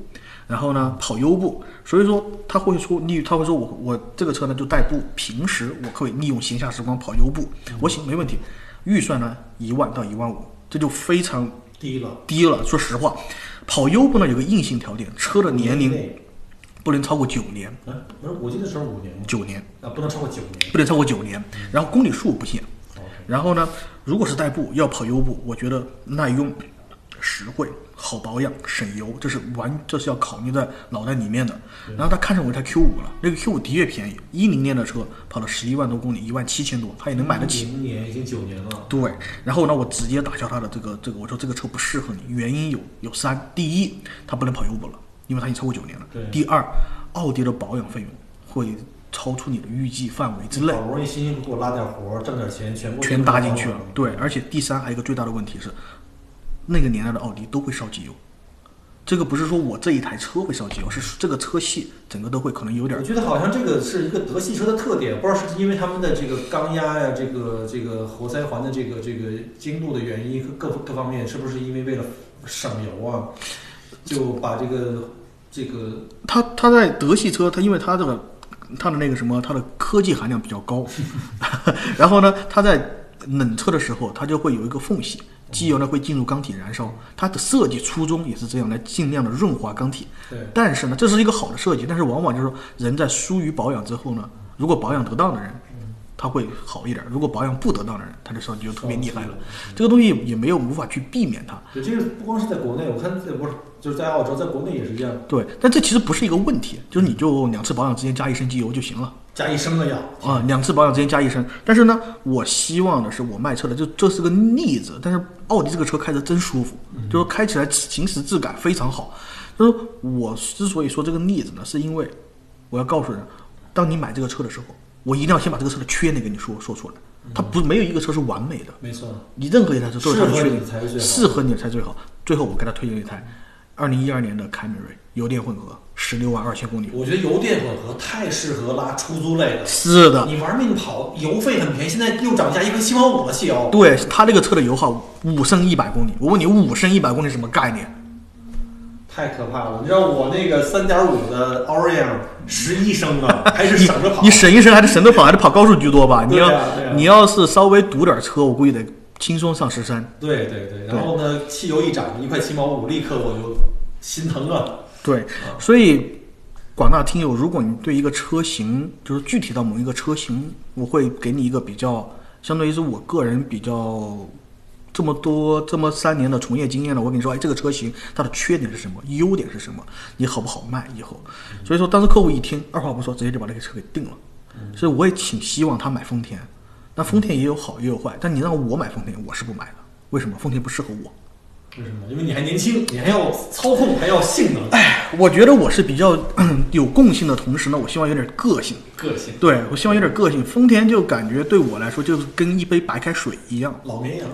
Speaker 2: 然后呢，跑优步，所以说他会说，你他会说我我这个车呢就代步，平时我可以利用闲暇时光跑优步，我行没问题，预算呢一万到一万五，这就非常
Speaker 1: 低了，
Speaker 2: 低了。说实话，跑优步呢有个硬性条件，车的年
Speaker 1: 五
Speaker 2: 龄
Speaker 1: 内
Speaker 2: 不能超过九年，
Speaker 1: 啊，不是我记得是五年吗？
Speaker 2: 九年
Speaker 1: 啊，不能超过九年。
Speaker 2: 不能超过九年，然后公里数不限。
Speaker 1: OK，
Speaker 2: 然后呢，如果是代步要跑优步，我觉得耐用、实惠、好保养、省油，这是完这是要考虑在脑袋里面的。然后他看上我一台 Q 五了，那个 Q 五的确便宜，一零年的车跑了十一万多公里，一万七千多，他也能买得起。
Speaker 1: 零年已经九年了，
Speaker 2: 对，然后呢，我直接打消他的这个这个，我说这个车不适合你，原因有有三：第一，它不能跑优步了，因为它已经超过九年了
Speaker 1: 对；
Speaker 2: 第二，奥迪的保养费用会超出你的预计范围之内，
Speaker 1: 好不容易辛辛苦苦拉点活儿，挣点钱，全部
Speaker 2: 全搭进去了
Speaker 1: 了。。
Speaker 2: 对，而且第三还有一个最大的问题是，那个年代的奥迪都会烧机油，这个不是说我这一台车会烧机油，是这个车系整个都会可能有点
Speaker 1: 我觉得好像这个是一个德系车的特点，不知道是因为他们的这个缸压呀、这个这个活塞环的这个这个精度的原因，各各方面，是不是因为为了省油啊，就把这个这个
Speaker 2: 它它在德系车，它因为它这个它的那个什么，它的科技含量比较高，然后呢，它在冷车的时候，它就会有一个缝隙，机油呢会进入缸体燃烧。它的设计初衷也是这样，来尽量的润滑缸体。
Speaker 1: 对
Speaker 2: 但是呢，这是一个好的设计，但是往往就是说，人在疏于保养之后呢，如果保养得当的人，他会好一点；如果保养不得当的人，他的烧机就特别厉害了。这个东西也没有无法去避免它。
Speaker 1: 对，这个不光是在国内，我看在不是就是在澳洲，在国内也是一样，
Speaker 2: 对，但这其实不是一个问题，就是你就两次保养之间加一升机油就行了。
Speaker 1: 加一升的呀，
Speaker 2: 啊、两次保养之间加一升。但是呢，我希望的是我卖车的，就这是个例子。但是奥迪这个车开着真舒服，
Speaker 1: 嗯
Speaker 2: 就是开起来行驶质感非常好。就是我之所以说这个例子呢，是因为我要告诉人，当你买这个车的时候，我一定要先把这个车的缺点给你说说出来。
Speaker 1: 嗯
Speaker 2: 它不没有一个车是完美的，
Speaker 1: 没错，
Speaker 2: 你任何一台车都有它的缺
Speaker 1: 适合你才是最好
Speaker 2: 点，适合你才最好。最后我给他推荐一台二零一二年的凯美瑞油电混合，十六万二千公里。
Speaker 1: 我觉得油电混合太适合拉出租类的，
Speaker 2: 是的，
Speaker 1: 你玩命跑，油费很便宜，现在又涨价一个七毛五了，汽油。
Speaker 2: 对它这个车的油耗五升一百公里。我问你，五升一百公里什么概念？
Speaker 1: 太可怕了！你知道我那个三点五的 Orion 十一升啊，还是
Speaker 2: 你
Speaker 1: 省着跑
Speaker 2: 你。省一省还是省着跑，还是跑高速居多吧？你要、
Speaker 1: 对啊对啊
Speaker 2: 你要是稍微堵点车，我估计得轻松上十三。
Speaker 1: 对对对，然后呢，汽油一涨一块七毛五，立刻我就心疼啊。
Speaker 2: 对，所以广大听友，如果你对一个车型，就是具体到某一个车型，我会给你一个比较，相对于是我个人比较这么多这么三年的从业经验了，我跟你说，哎，这个车型它的缺点是什么，优点是什么，你好不好卖以后。所以说，当时客户一听，二话不说，直接就把这个车给定了。所以我也挺希望他买丰田，但丰田也有好也有坏，但你让我买丰田，我是不买的。为什么？丰田不适合我。
Speaker 1: 为什么？因为你还年轻，你还要操控，还要性能，
Speaker 2: 我觉得我是比较 [CLEARS THROAT] 有共性的同时呢，我希望有点个性。
Speaker 1: 个性，
Speaker 2: 对我希望有点个性。丰田就感觉对我来说就是跟一杯白开水一样，
Speaker 1: 老绵羊，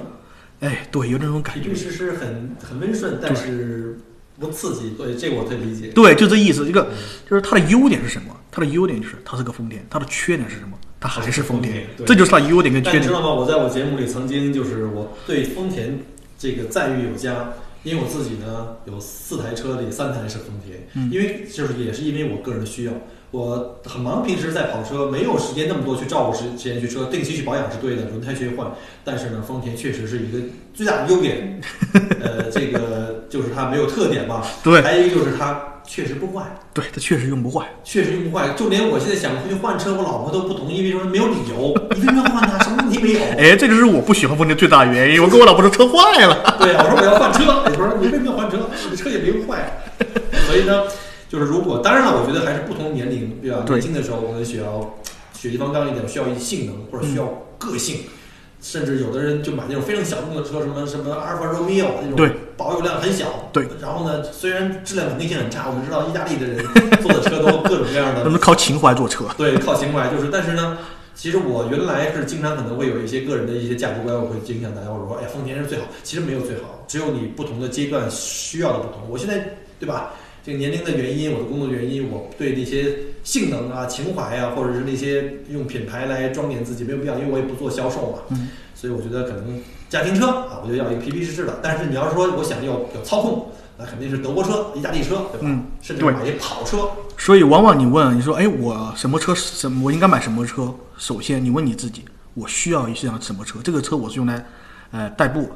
Speaker 2: 哎，对，有这种感
Speaker 1: 皮
Speaker 2: 觉
Speaker 1: 律。师是很很温顺，但是不刺激。对，这个我特理解。
Speaker 2: 对，就这意思。一个就是它的优点是什么？它的优点就是它是个丰田，它的缺点是什么？它还是丰
Speaker 1: 还
Speaker 2: 田
Speaker 1: 是丰田，对
Speaker 2: 这就是它的优点跟
Speaker 1: 但
Speaker 2: 缺
Speaker 1: 你知
Speaker 2: 点。
Speaker 1: 道吗？我在我节目里曾经就是我对丰田这个赞誉有加，因为我自己呢有四台车里三台是丰田，
Speaker 2: 嗯
Speaker 1: 因为就是也是因为我个人的需要，我很忙，平时在跑车，没有时间那么多去照顾时时间去车，定期去保养是对的，轮胎去换。但是呢，丰田确实是一个最大的优点，呃，这个就是它没有特点吧，
Speaker 2: 对
Speaker 1: 还有一个就是它确实不坏。
Speaker 2: 对，它确实用不坏。
Speaker 1: 确实用不坏，就连我现在想出去换车，我老婆都不同意，为什么没有理由？一定要换它，什么问题没有？
Speaker 2: 哎，这就是我不喜欢丰田最大的原因。我跟我老婆说车坏了。
Speaker 1: [LAUGHS] 对，我说我要换车，我说你为什么要换车？你车也没有坏。啊所以呢，就是如果当然了，我觉得还是不同年龄，对吧？
Speaker 2: 对
Speaker 1: 年轻的时候我们需要血气方刚一点，需要性能或者需要
Speaker 2: 嗯
Speaker 1: 个性，甚至有的人就买那种非常小众的车，什么什么阿尔法罗密欧那
Speaker 2: 对
Speaker 1: 种，保有量很小。
Speaker 2: 对。
Speaker 1: 然后呢，虽然质量稳定性很差，我们知道意大利的人做的车都各种各样
Speaker 2: [LAUGHS] 他
Speaker 1: 的
Speaker 2: 们靠情怀坐车。
Speaker 1: [LAUGHS] 对，靠情怀就是，但是呢，其实我原来是经常可能会有一些个人的一些价值观，我会影响大家，我说，哎，丰田是最好，其实没有最好，只有你不同的阶段需要的不同。我现在对吧？这个年龄的原因，我的工作原因，我对那些性能啊、情怀啊，或者是那些用品牌来装点自己没有必要，因为我也不做销售嘛。
Speaker 2: 嗯。
Speaker 1: 所以我觉得可能家庭车啊，我就要一个皮皮实实的。但是你要是说我想要有操控，那肯定是德国车、意大利车，对吧？
Speaker 2: 嗯
Speaker 1: 甚至
Speaker 2: 对
Speaker 1: 买一跑车，
Speaker 2: 所以往往你问你说，哎，我什么车，什么我应该买什么车？首先你问你自己，我需要一辆什么车？这个车我是用来，呃，代步，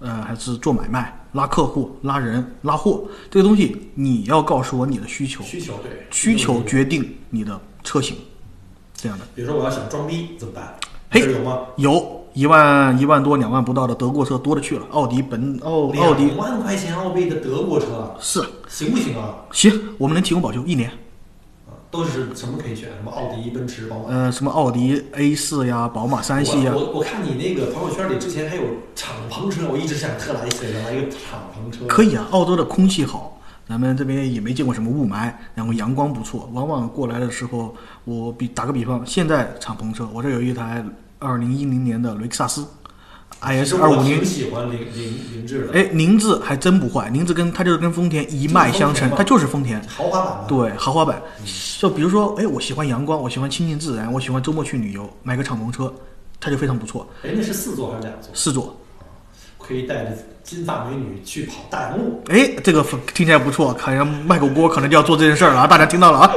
Speaker 2: 呃，还是做买卖、拉客户、拉人、拉货？这个东西你要告诉我你的需求，
Speaker 1: 需求对
Speaker 2: 需求决定你的车型，这样的。
Speaker 1: 比如说我要想装逼怎么办？
Speaker 2: 嘿
Speaker 1: 这有吗？
Speaker 2: 有一万一万多两万不到的德国车多了去了，奥迪本奥奥迪
Speaker 1: 两万块钱奥迪的德国车啊
Speaker 2: 是
Speaker 1: 行不行啊？
Speaker 2: 行，我们能提供保修一年。
Speaker 1: 啊都是什么可以选？什么奥迪、奔驰、宝马？
Speaker 2: 呃，什么奥迪 A 四呀，宝马三系啊呀
Speaker 1: 我，我我看你那个朋友圈里之前还有敞篷车，我一直想特来一次来一个敞篷车。
Speaker 2: 可
Speaker 1: 以，
Speaker 2: 以啊，澳洲的空气好，咱们这边也没见过什么雾霾，然后阳光不错。往往过来的时候，我比打个比方，现在敞篷车，我这有一台二零一零年的雷克萨斯
Speaker 1: 其
Speaker 2: IS
Speaker 1: 实
Speaker 2: 哎二
Speaker 1: 我
Speaker 2: 五
Speaker 1: 挺
Speaker 2: 零，
Speaker 1: 喜欢凌凌凌志的，
Speaker 2: 哎，宁字还真不坏，宁字跟它就是跟丰田一脉相承，它就是丰田。
Speaker 1: 豪华版的。
Speaker 2: 对，豪华版，就比如说，哎，我喜欢阳光，我喜欢亲近自然，我喜欢周末去旅游，买个敞篷车，它就非常不错。
Speaker 1: 哎，那是四座还是两座？
Speaker 2: 四座，
Speaker 1: 可以带着金发美女去跑大洋路。
Speaker 2: 哎，这个听起来不错，好像卖狗锅可能就要做这件事儿了啊！大家听到了啊？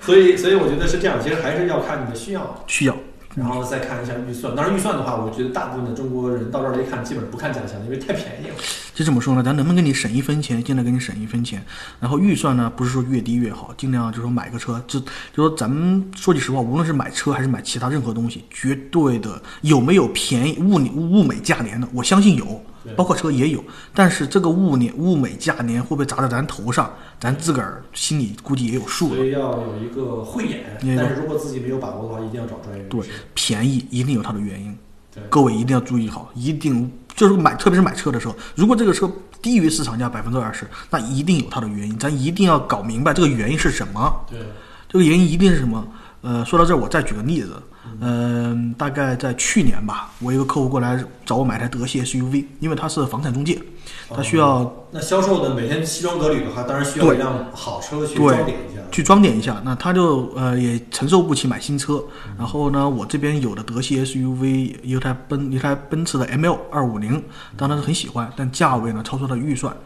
Speaker 1: 所以，所以我觉得是这样，其实还是要看你的需要。
Speaker 2: 需要。
Speaker 1: 然后再看一下预算，当然预算的话，我觉得大部分的中国人到这儿一看，基本上不看价钱了，因为太便宜了。
Speaker 2: 这怎么说呢？咱能不能给你省一分钱？尽量给你省一分钱。然后预算呢，不是说越低越好，尽量就说买个车，就就说咱们说句实话，无论是买车还是买其他任何东西，绝对的有没有便宜物物美价廉的，我相信有
Speaker 1: 对，
Speaker 2: 包括车也有。但是这个物廉物美价廉会不会砸在咱头上，咱自个儿心里估计也有数
Speaker 1: 所
Speaker 2: 了。
Speaker 1: 以要有一个慧眼，
Speaker 2: 你也
Speaker 1: 但是如果自己没有把握的话，一定要找专业人
Speaker 2: 对
Speaker 1: 士。，
Speaker 2: 便宜一定有它的原因。
Speaker 1: 对，
Speaker 2: 各位一定要注意好，一定就是买，特别是买车的时候，如果这个车低于市场价百分之二十，那一定有它的原因，咱一定要搞明白这个原因是什么。
Speaker 1: 对，
Speaker 2: 这个原因一定是什么？呃，说到这儿，我再举个例子，嗯、大概在去年吧，我一个客户过来找我买台德系 SUV，因为他是房产中介，他需要
Speaker 1: 那销售呢，每天西装革履的话，当然需要
Speaker 2: 对
Speaker 1: 一辆好车去
Speaker 2: 对
Speaker 1: 装点一下。
Speaker 2: 去装点一下，那他就呃也承受不起买新车，然后呢，我这边有的德系 SUV，有台奔有台奔驰的 ML 二五零，当时很喜欢，但价位呢超出他的预算，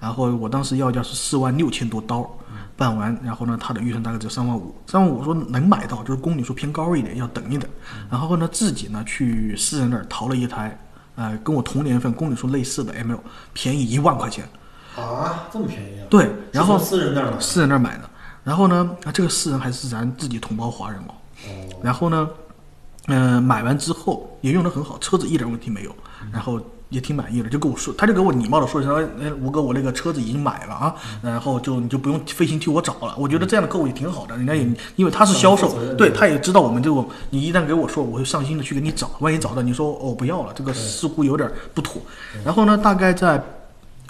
Speaker 2: 然后我当时要价是四万六千多刀，办完，然后呢他的预算大概只有三万五，三万五我说能买到，就是公里数偏高一点，要等一等，然后呢自己呢去私人那儿淘了一台，呃跟我同年份公里数类似的 ML，便宜一万块钱，
Speaker 1: 啊，这么便宜啊？
Speaker 2: 对，
Speaker 1: 是
Speaker 2: 然后
Speaker 1: 从私人那儿买的。
Speaker 2: 私人那儿买的。然后呢，啊，这个私人还是咱自己同胞华人哦。
Speaker 1: 哦，
Speaker 2: 然后呢，嗯、买完之后也用得很好，车子一点问题没有，然后也挺满意的，就跟我说，他就给我礼貌的说一声，哎，哎吴哥，我那个车子已经买了啊，然后就你就不用费心替我找了。我觉得这样的客户也挺好的，人家也因为他是销售
Speaker 1: 嗯负责，任
Speaker 2: 对，
Speaker 1: 对
Speaker 2: 他也知道我们这种，你一旦给我说，我会上心的去给你找，万一找到你说哦不要了，这个似乎有点不妥。然后呢，大概在。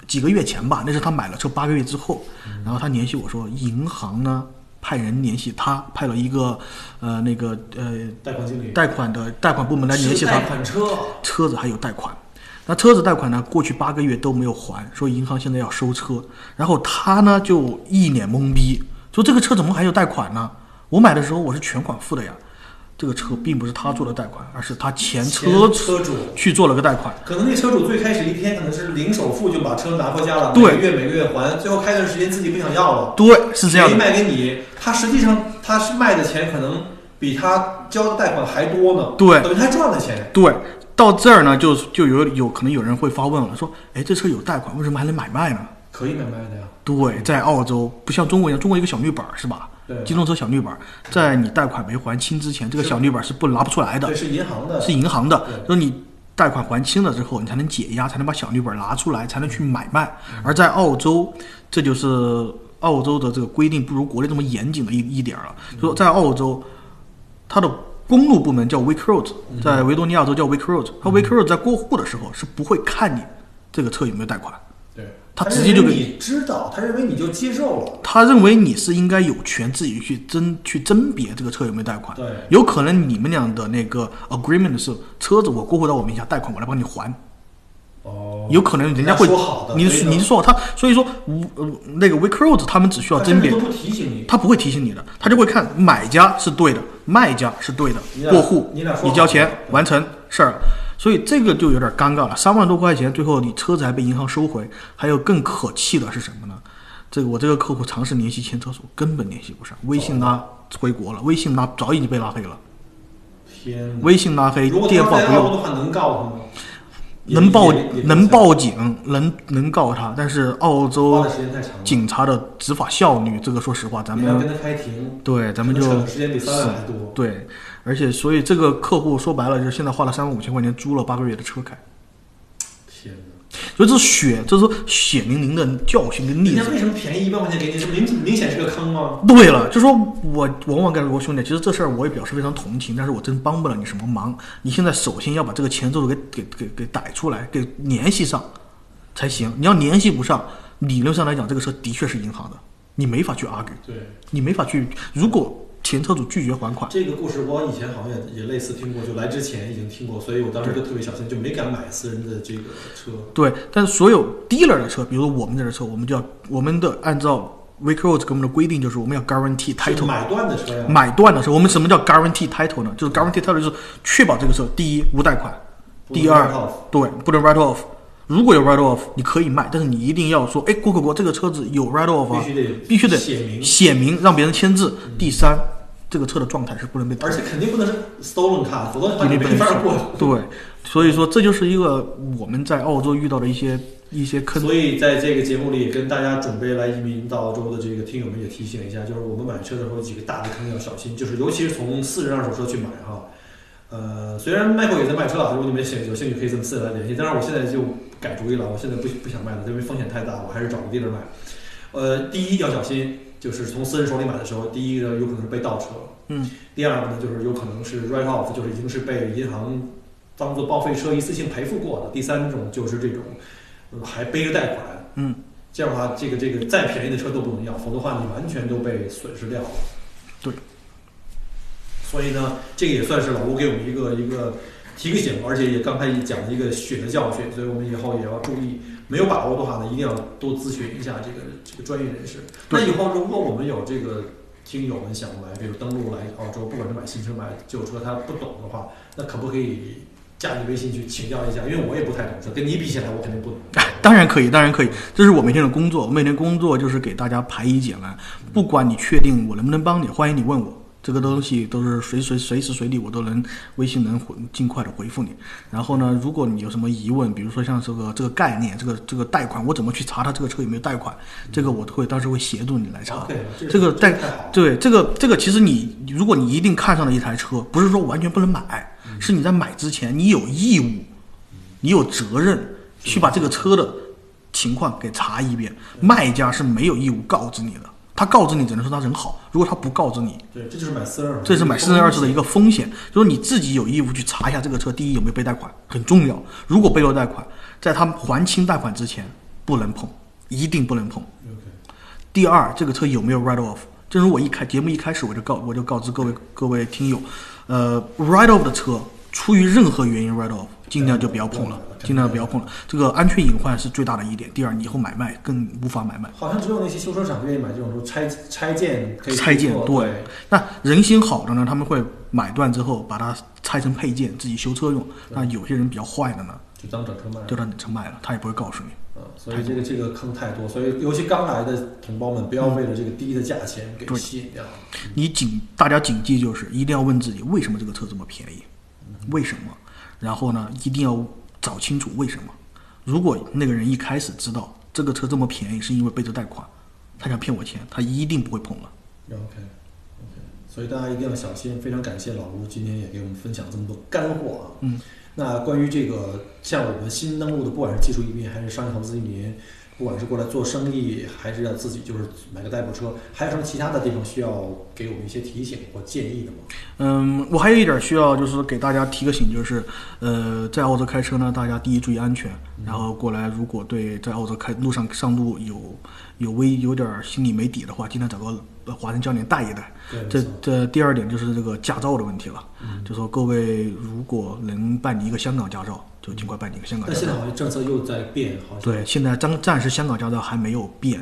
Speaker 2: 几个月前吧，那是他买了车八个月之后，然后他联系我说，银行呢派人联系他，派了一个呃那个呃
Speaker 1: 贷款经理
Speaker 2: 贷款的贷款部门来联系
Speaker 1: 是
Speaker 2: 他
Speaker 1: 贷，款车
Speaker 2: 车子还有贷款。那车子贷款呢，过去八个月都没有还，说银行现在要收车。然后他呢就一脸懵逼，说这个车怎么还有贷款呢？我买的时候我是全款付的呀。这个车并不是他做的贷款，而是他前车
Speaker 1: 前车主。
Speaker 2: 去做了个贷款。
Speaker 1: 可能那车主最开始一天可能是零首付就把车拿回家了，
Speaker 2: 对
Speaker 1: 每个月每个月还，最后开段时间自己不想要了，
Speaker 2: 对，是这样
Speaker 1: 没
Speaker 2: 的。
Speaker 1: 卖给你，他实际上他是卖的钱可能比他交的贷款还多呢，
Speaker 2: 对
Speaker 1: 等于他赚了钱，
Speaker 2: 对，到这儿呢，就就有有可能有人会发问了，说，哎，这车有贷款，为什么还能买卖呢？
Speaker 1: 可以买卖的呀，
Speaker 2: 对，在澳洲不像中国一样，中国一个小绿本儿是吧？
Speaker 1: 对
Speaker 2: 机动车小绿本儿，在你贷款没还清之前，这个
Speaker 1: 是
Speaker 2: 小绿本儿是不拿不出来的
Speaker 1: 对，，是银行的，
Speaker 2: 是银行的。
Speaker 1: 对
Speaker 2: 说你贷款还清了之后，你才能解押，才能把小绿本儿拿出来，才能去买卖。而在澳洲，这就是澳洲的这个规定不如国内这么严谨的一一点儿了。说在澳洲，它的公路部门叫 Wake Road，在维多利亚州叫 Wake Road，它 Wake Road 在过户的时候是不会看你这个车有没有贷款。
Speaker 1: 对，
Speaker 2: 他
Speaker 1: 他
Speaker 2: 直接就
Speaker 1: 认为
Speaker 2: 给
Speaker 1: 你知道，他认为你就接受了，
Speaker 2: 他认为你是应该有权自己去甄去甄别这个车有没有贷款。
Speaker 1: 对
Speaker 2: 有可能你们俩的那个 agreement 是车子我过户到我名下，贷款我来帮你还。
Speaker 1: 哦，
Speaker 2: 有可能人家会
Speaker 1: 人家说好的
Speaker 2: 你
Speaker 1: 所以呢
Speaker 2: 你说他，所以说无呃那个 w e c r o a d 他们只需要
Speaker 1: 他
Speaker 2: 甄
Speaker 1: 甚至
Speaker 2: 别
Speaker 1: 都，不提醒你，
Speaker 2: 他不会提醒你的，他就会看买家是对的，卖家是对的
Speaker 1: 你，俩
Speaker 2: 过户
Speaker 1: 你俩说好
Speaker 2: 你交钱完成事儿了。所以这个就有点尴尬了，三万多块钱，最后你车子还被银行收回，还有更可气的是什么呢？这个我这个客户尝试联系前车主，根本联系不上，微信拉回国了，微信拉早已经被拉黑了，
Speaker 1: 天哪，
Speaker 2: 微信拉
Speaker 1: 嗯
Speaker 2: 黑，
Speaker 1: 如果
Speaker 2: 电
Speaker 1: 他
Speaker 2: 话
Speaker 1: 在
Speaker 2: 不用
Speaker 1: 澳。洲的话，能告他吗？也
Speaker 2: 能报
Speaker 1: 也也不
Speaker 2: 能
Speaker 1: 行
Speaker 2: 报警，能能告他，但是澳
Speaker 1: 花
Speaker 2: 洲
Speaker 1: 的时间太长了，
Speaker 2: 警察的执法效率，这个说实话，咱
Speaker 1: 你要跟
Speaker 2: 们
Speaker 1: 他开庭，
Speaker 2: 对咱们
Speaker 1: 可能扯
Speaker 2: 就
Speaker 1: 的时间比三万还多。
Speaker 2: 对，而且所以这个客户说白了就是现在花了三万五千块钱租了八个月的车开，
Speaker 1: 天哪！
Speaker 2: 所以这是血，这是血淋淋的教训跟例
Speaker 1: 人家
Speaker 2: 子。
Speaker 1: 为什么便宜一万块钱给你？这明明显是个坑吗？
Speaker 2: 对了，就说我往往跟他说兄弟，其实这事儿我也表示非常同情，但是我真帮不了你什么忙。你现在首先要把这个前奏给给给给逮出来，给联系上才行。你要联系不上，理论上来讲，这个车的确是银行的，你没法去 argue，
Speaker 1: 对，
Speaker 2: 你没法去。如果前车主拒绝还款，
Speaker 1: 这个故事我以前好像也也类似听过，就来之前已经听过，所以我当时就特别小心，就没敢买私人的这个车。
Speaker 2: 对，但是所有 dealer 的车，比如说我们这儿的车，我们就要我们的按照 w a k e r o a d 给我们的规定，就是我们要 guarantee
Speaker 1: 是
Speaker 2: title。
Speaker 1: 买断的车呀，
Speaker 2: 买断的时候，我们什么叫 guarantee title 呢？就是 guarantee title 就是确保这个车第一无贷款，
Speaker 1: 不能
Speaker 2: 第二
Speaker 1: write off
Speaker 2: 对不能 write off。如果有 write off，你可以卖，但是你一定要说，哎，郭可国这个车子有 write off 啊，
Speaker 1: 必须得
Speaker 2: 必须得
Speaker 1: 写明，
Speaker 2: 写明让别人签字。第三，这个车的状态是不能被
Speaker 1: 而且肯定不能是 stolen car，否则的话
Speaker 2: 比
Speaker 1: 你
Speaker 2: 例
Speaker 1: 没
Speaker 2: 不能
Speaker 1: 法过。
Speaker 2: 对，所以说这就是一个我们在澳洲遇到的一些一些坑。
Speaker 1: 所以在这个节目里，跟大家准备来移民到澳洲的这个听友们也提醒一下，就是我们买车的时候有几个大的坑要小心，就是尤其是从私人二手车去买哈。呃，虽然 Michael 也在卖车啊，如果你们兴有兴趣可以这么私人来联系，但是我现在就改主意了，我现在不不想卖了，因为风险太大，我还是找个地儿买。呃，第一要小心，就是从私人手里买的时候，第一个有可能是被盗车，
Speaker 2: 嗯，
Speaker 1: 第二个呢就是有可能是 write off，就是已经是被银行当做报废车一次性赔付过的，第三种就是这种呃还背着贷款，
Speaker 2: 嗯，
Speaker 1: 这样的话，这个这个再便宜的车都不能要，否则的话你完全都被损失掉了。
Speaker 2: 对，
Speaker 1: 所以呢，这个也算是老吴给我们一个一个提个醒，而且也刚才也讲了一个血的教训，所以我们以后也要注意，没有把握的话呢，一定要多咨询一下这个这个专业人士。那以后如果我们有这个听友们想来，比如登陆来澳洲，不管是买新车买旧车，他不懂的话，那可不可以加你微信去请教一下？因为我也不太懂车，跟你比起来，我肯定不懂。
Speaker 2: [LAUGHS] 当然可以，当然可以，这是我每天的工作。我每天工作就是给大家排疑解难，不管你确定我能不能帮你，欢迎你问我。这个东西都是随随随时随地我都能微信能回尽快的回复你。然后呢，如果你有什么疑问，比如说像这个这个概念，这个这个贷款，我怎么去查他这个车有没有贷款？这个我会到时候会协助你来查。
Speaker 1: OK，
Speaker 2: 这个贷
Speaker 1: 太好了。
Speaker 2: 对这个这个，其实你如果你一定看上了一台车，不是说完全不能买，是你在买之前你有义务，你有责任去把这个车的情况给查一遍。卖家是没有义务告知你的，他告知你只能说他人好，如果他不告知你，
Speaker 1: 对，这就是买四二，
Speaker 2: 这是买四乘二次的一个风险，就是你自己有义务去查一下这个车，第一有没有背贷款，很重要。如果背了贷款，在他还清贷款之前不能碰，一定不能碰。
Speaker 1: OK，
Speaker 2: 第二，这个车有没有 write off？正如我一开节目一开始我就告我就告知各位各位听友，呃，write off 的车出于任何原因 write off，尽量就不要碰了，尽量不要碰了。这个安全隐患是最大的一点。第二，你以后买卖更无法买卖。
Speaker 1: 好像只有那些修车厂愿意买这种说拆拆件可以
Speaker 2: 拆件
Speaker 1: 做
Speaker 2: 对，那人心好的呢，他们会买断之后把它拆成配件自己修车用。那有些人比较坏的呢，
Speaker 1: 就当整车卖了。
Speaker 2: 就让你成卖了，他也不会告诉你。
Speaker 1: 啊，所以这个这个坑太多，所以尤其刚来的同胞们，不要为了这个低的价钱给
Speaker 2: 嗯对
Speaker 1: 吸引掉。
Speaker 2: 你谨大家谨记就是一定要问自己为什么这个车这么便宜，为什么？然后呢，一定要找清楚为什么。如果那个人一开始知道这个车这么便宜是因为背着贷款，他想骗我钱，他一定不会碰了。啊
Speaker 1: OK OK，所以大家一定要小心。非常感谢老吴今天也给我们分享这么多干货啊。
Speaker 2: 嗯，
Speaker 1: 那关于这个像我们新登陆的，不管是技术移民还是商业投资移民，不管是过来做生意，还是要自己就是买个代步车，还有什么其他的地方需要给我们一些提醒或建议的吗？
Speaker 2: 嗯，我还有一点需要，就是给大家提个醒，就是，呃，在澳洲开车呢，大家第一注意安全，然后过来，如果对在澳洲开路上上路有有微有点儿心里没底的话，尽量找个呃华人教练带一带。
Speaker 1: 对，没
Speaker 2: 这
Speaker 1: 错
Speaker 2: 这第二点就是这个驾照的问题了，就说各位如果能办理一个香港驾照，就尽快办理一个香港
Speaker 1: 但
Speaker 2: 驾
Speaker 1: 现在
Speaker 2: 照。
Speaker 1: 好像政策又在变，好像
Speaker 2: 对，现在暂暂时香港驾照还没有变，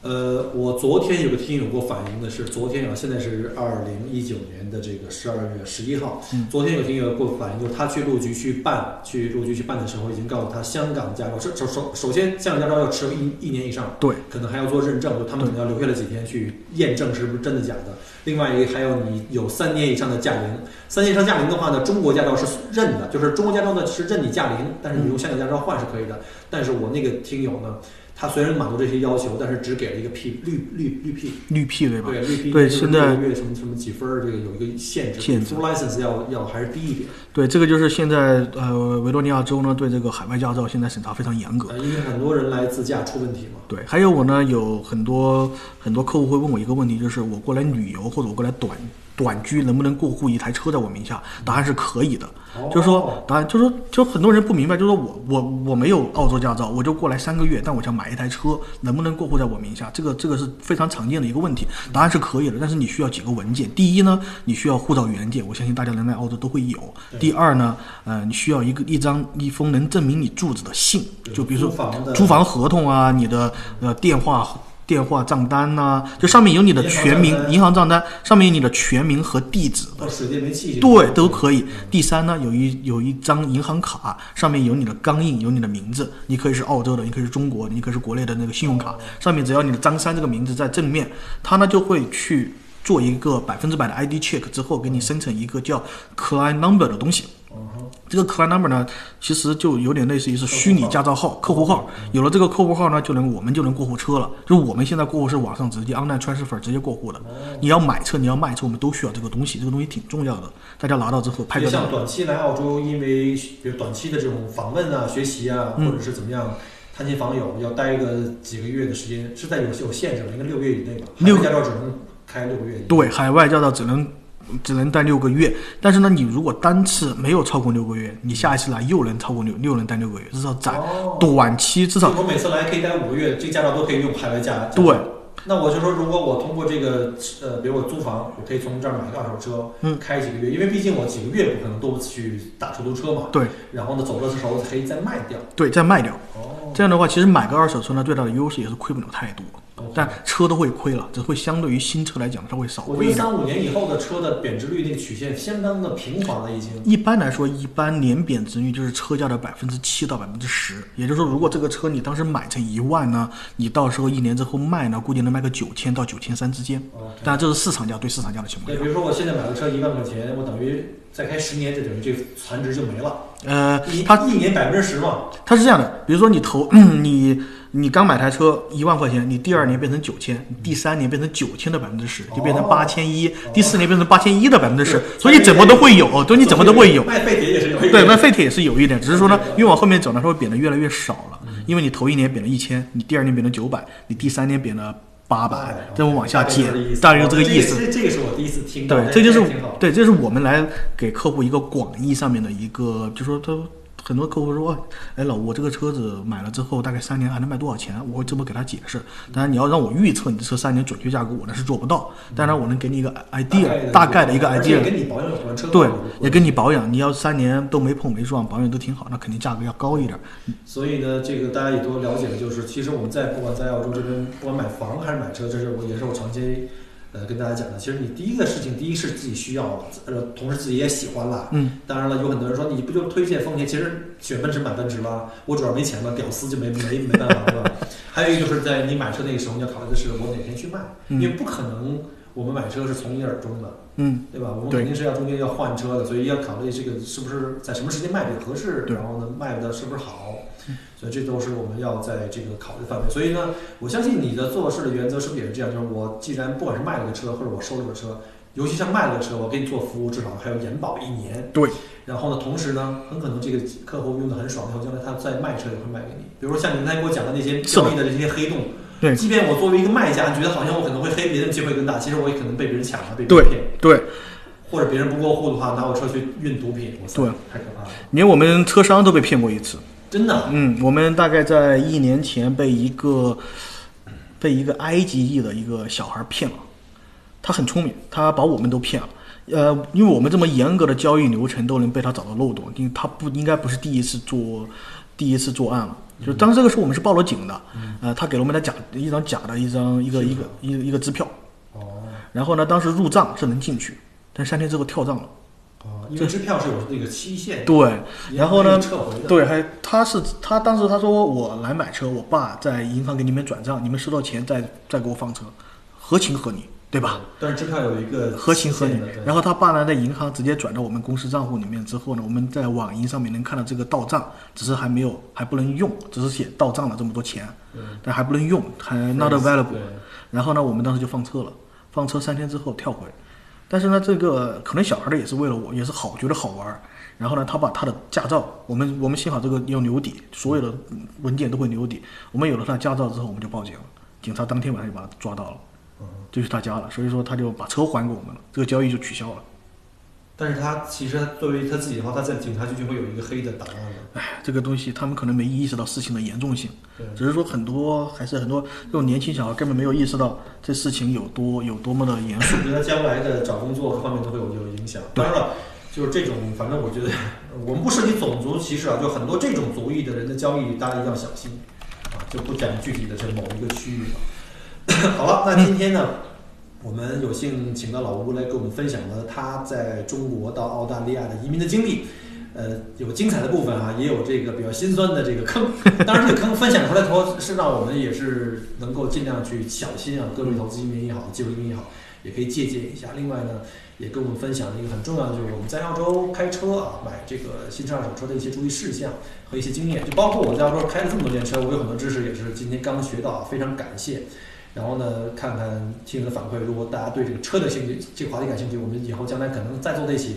Speaker 1: 呃，我昨天有个听友给我反映的是，昨天啊，现在是二零一九年的这个十二月十一号，
Speaker 2: 嗯
Speaker 1: 昨天有听友给我反映，就是他去路局去办，去路局去办的时候，已经告诉他香港驾照，首首首首先香港驾照要持有一一年以上，
Speaker 2: 对，
Speaker 1: 可能还要做认证，就他们可能要留下来几天去验证是不是真的假的。另外一个还有你有三年以上的驾龄，三年以上驾龄的话呢，中国驾照是认的，就是中国驾照呢是认你驾龄，但是你用香港驾照换是可以的。但是我那个听友呢，他虽然满足这些要求，但是只给了一个 P 绿绿绿 P，
Speaker 2: 绿 P 对吧？
Speaker 1: 对绿 P，
Speaker 2: 对
Speaker 1: 就是
Speaker 2: 现在
Speaker 1: 每个月什么什么几分儿，这个有一个限制
Speaker 2: 限制
Speaker 1: f u l license 要要还是低一点，
Speaker 2: 对，这个就是现在呃维多利亚州呢对这个海外驾照现在审查非常严格。
Speaker 1: 呃因为很多人来自驾出问题嘛。
Speaker 2: 对，还有我呢，有很多很多客户会问我一个问题，就是我过来旅游或者我过来短短居，能不能过户一台车在我名下？答案是可以的。
Speaker 1: 哦
Speaker 2: 就是说，答案就是说，就很多人不明白，就是说我我我没有澳洲驾照，我就过来三个月，但我想买一台车，能不能过户在我名下？这个这个是非常常见的一个问题。答案是可以的，但是你需要几个文件。第一呢，你需要护照原件，我相信大家能来澳洲都会有。第二呢，呃，你需要一个一张一封能证明你住址的信，就比如说
Speaker 1: 租房的
Speaker 2: 租房合同啊，你的呃电话。电话账单呐、就上面有你的
Speaker 1: 银行
Speaker 2: 全名
Speaker 1: 账、单
Speaker 2: 银行账单，上面有你的全名和地址
Speaker 1: 或者水电煤气这种
Speaker 2: 对，都可以。第三呢，有一有一张银行卡，上面有你的钢印，有你的名字，你可以是澳洲的，你可以是中国的，你可以是国内的那个信用卡，上面只要你的张三这个名字在正面，他呢就会去做一个百分之百的 ID check 之后，给你生成一个叫 client number 的东西。
Speaker 1: 嗯哼
Speaker 2: 这个 client number 呢，其实就有点类似于是虚拟驾照号、客户号。有了这个客户号呢，就能我们就能过户车了。就是我们现在过户是网上直接 online transfer 直接过户的。你要买车，你要卖车，我们都需要这个东西，这个东西挺重要的。大家拿到之后拍
Speaker 1: 也
Speaker 2: 个照
Speaker 1: 像。短期来澳洲，因为比如短期的这种访问啊、学习啊，
Speaker 2: 嗯
Speaker 1: 或者是怎么样探亲访友，要待个几个月的时间，是在有有限制的，应该六个月以内吧？
Speaker 2: 六
Speaker 1: 海外驾照只能开六个月以内。
Speaker 2: 对，海外驾照只能只能待六个月，但是呢，你如果单次没有超过六个月，你下一次来又能超过六又能待六个月，至少在
Speaker 1: 哦，
Speaker 2: 短期至
Speaker 1: 至
Speaker 2: 少
Speaker 1: 我每次来可以待五个月，这个驾照都可以用海外驾。驾照
Speaker 2: 对，
Speaker 1: 那我就说，如果我通过这个呃，比如我租房，我可以从这儿买一个二手车，
Speaker 2: 嗯
Speaker 1: 开几个月，因为毕竟我几个月不可能都去打出租车嘛，
Speaker 2: 对
Speaker 1: 然后呢，走的时候可以再卖掉。
Speaker 2: 对，再卖掉。
Speaker 1: 哦，
Speaker 2: 这样的话，其实买个二手车呢，最大的优势也是亏不了太多，但车都会亏了，只会相对于新车来讲，它会少
Speaker 1: 我
Speaker 2: 亏
Speaker 1: 觉
Speaker 2: 一
Speaker 1: 得
Speaker 2: 点。
Speaker 1: 三五年以后的车的贬值率那个曲线相当的平滑了，已经。
Speaker 2: 一般来说，一般年贬值率就是车价的百分之七到百分之十，也就是说，如果这个车你当时买成一万呢，你到时候一年之后卖呢，估计能卖个九千到九千三之间。
Speaker 1: 哦，
Speaker 2: 当然，这是市场价对市场价的情况
Speaker 1: 对，
Speaker 2: 下
Speaker 1: 比。如说我现在买个车一万块钱，我等于再开十年，就等于这残值就没了，
Speaker 2: 呃，
Speaker 1: 一
Speaker 2: 它
Speaker 1: 一年百分之十嘛。
Speaker 2: 它是这样的，比如说你投 [COUGHS] 你你刚买台车一万块钱，你第二年变成九千，第三年变成九千的百分之十，就变成
Speaker 1: 哦
Speaker 2: 八千一，第四年变成八千一的百分之十
Speaker 1: 对，
Speaker 2: 所以怎么都会有，哦对你怎么都会有。
Speaker 1: 卖废铁也是有一点。
Speaker 2: [LAUGHS] 对，那废铁也是有一点，只是说呢，越往后面走呢，它会贬得越来越少了。因为你头一年贬了一千，你第二年贬了九百，你第三年贬了八百，再往往下
Speaker 1: 接
Speaker 2: 减，，哦大概就这个意思。
Speaker 1: 这这个是我第一次听到，
Speaker 2: 对，哦这就是
Speaker 1: 个挺好。
Speaker 2: 对，这是我们来给客户一个广义上面的一个，就说他很多客户说，哎，老吴，我这个车子买了之后大概三年还能卖多少钱？我会这么给他解释。当然，你要让我预测你的车三年准确价格，我那是做不到。当然，我能给你一个 idea，大概的一个
Speaker 1: 而且
Speaker 2: idea。
Speaker 1: 跟你保养有关，车
Speaker 2: 对，也
Speaker 1: 也
Speaker 2: 跟你保养，你要三年都没碰没撞，保养都挺好，那肯定价格要高一点。
Speaker 1: 所以呢，这个大家也多了解了，就是其实我们在不管在澳洲这边，不管买房还是买车，这是我也是我长期呃跟大家讲的。其实你第一个事情，第一是自己需要了，呃，同时自己也喜欢了。
Speaker 2: 嗯，
Speaker 1: 当然了，有很多人说你不就推荐丰田？其实选奔驰买奔驰吧，我主要没钱了，屌丝就没没没办法了。还有一个就是在你买车那个时候，你要考虑的是我哪天去卖，
Speaker 2: 嗯
Speaker 1: 因为不可能我们买车是从一而终的，
Speaker 2: 嗯，
Speaker 1: 对吧？我们
Speaker 2: 对
Speaker 1: 肯定是要中间要换车的，所以要考虑这个是不是在什么时间卖比较合适，
Speaker 2: 对
Speaker 1: 然后呢卖的是不是好，所以这都是我们要在这个考虑范围。所以呢，我相信你的做事的原则是不是也是这样？就是我既然不管是卖了个车，或者我收了个车，尤其像卖了个车，我给你做服务，至少还有延保一年。
Speaker 2: 对。
Speaker 1: 然后呢，同时呢，很可能这个客户用的很爽，以后将来他再卖车也会卖给你。比如说像你刚才给我讲的那些
Speaker 2: 是的
Speaker 1: 交易的这些黑洞，
Speaker 2: 对
Speaker 1: 即便我作为一个卖家，觉得好像我可能会黑别人机会更大，其实我也可能被别人抢了，被别人骗。
Speaker 2: 对，
Speaker 1: 或者别人不过户的话，拿我车去运毒品，我操
Speaker 2: 对，
Speaker 1: 太可怕了，
Speaker 2: 连我们车商都被骗过一次。
Speaker 1: 真的。
Speaker 2: 嗯，我们大概在一年前被一个被一个埃及裔的一个小孩骗了，他很聪明，他把我们都骗了。呃，因为我们这么严格的交易流程都能被他找到漏洞，因为他不应该不是第一次做第一次作案了。就是当时这个时候我们是报了警的，呃，他给了我们的假一张假的一张一个一个一个一个支票，
Speaker 1: 哦
Speaker 2: 然后呢，当时入账是能进去，但三天之后跳账了。
Speaker 1: 哦，因为支票是有那个期限，
Speaker 2: 对，然后呢
Speaker 1: 哎你可以撤回的。
Speaker 2: 对，还他是他当时他说我来买车，我爸在银行给你们转账，你们收到钱再再给我放车，合情合理，对吧？
Speaker 1: 但是支票有一个
Speaker 2: 合情合理
Speaker 1: 期限的对。
Speaker 2: 然后他爸呢，在银行直接转到我们公司账户里面之后呢，我们在网银上面能看到这个到账，只是还没有还不能用，只是写到账了这么多钱，但还不能用，还 not available。
Speaker 1: 嗯对
Speaker 2: 然后呢，我们当时就放车了，放车三天之后跳回。但是呢，这个可能小孩儿的也是为了我，也是好觉得好玩儿。然后呢，他把他的驾照，我们我们幸好这个要留底，所有的嗯文件都会留底。我们有了他的驾照之后，我们就报警了，警察当天晚上就把他抓到了，
Speaker 1: 嗯
Speaker 2: 就去他家了。所以说他就把车还给我们了，这个交易就取消了。
Speaker 1: 但是他其实他作为他自己的话，他在警察局就会有一个黑的档案了。
Speaker 2: 哎，这个东西他们可能没意识到事情的严重性
Speaker 1: 对，
Speaker 2: 只是说很多还是很多这种年轻小孩根本没有意识到这事情有多有多么的严肃。
Speaker 1: 我觉得将来的找工作各方面都会有有影响。当然了，就是这种，反正我觉得我们不涉及种族歧视啊，就很多这种族裔的人的交易，大家一定要小心啊，就不讲具体的是某一个区域了。 [COUGHS] 好了，那今天呢，我们有幸请到老吴来给我们分享了他在中国到澳大利亚的移民的经历。呃，有精彩的部分啊，也有这个比较心酸的这个坑。 [LAUGHS] 当然，这个坑分享出来之后，是让我们也是能够尽量去小心啊，各位投资移民也好，技术移民也好，也可以借鉴一下。另外呢，也跟我们分享了一个很重要的，就是我们在澳洲开车啊，买这个新车、二手车的一些注意事项和一些经验，就包括我在澳洲开了这么多年车，我有很多知识也是今天刚学到啊，非常感谢。然后呢，看看听友的反馈，如果大家对这个车的兴趣、这个话题感兴趣，我们以后将来可能再做在一起，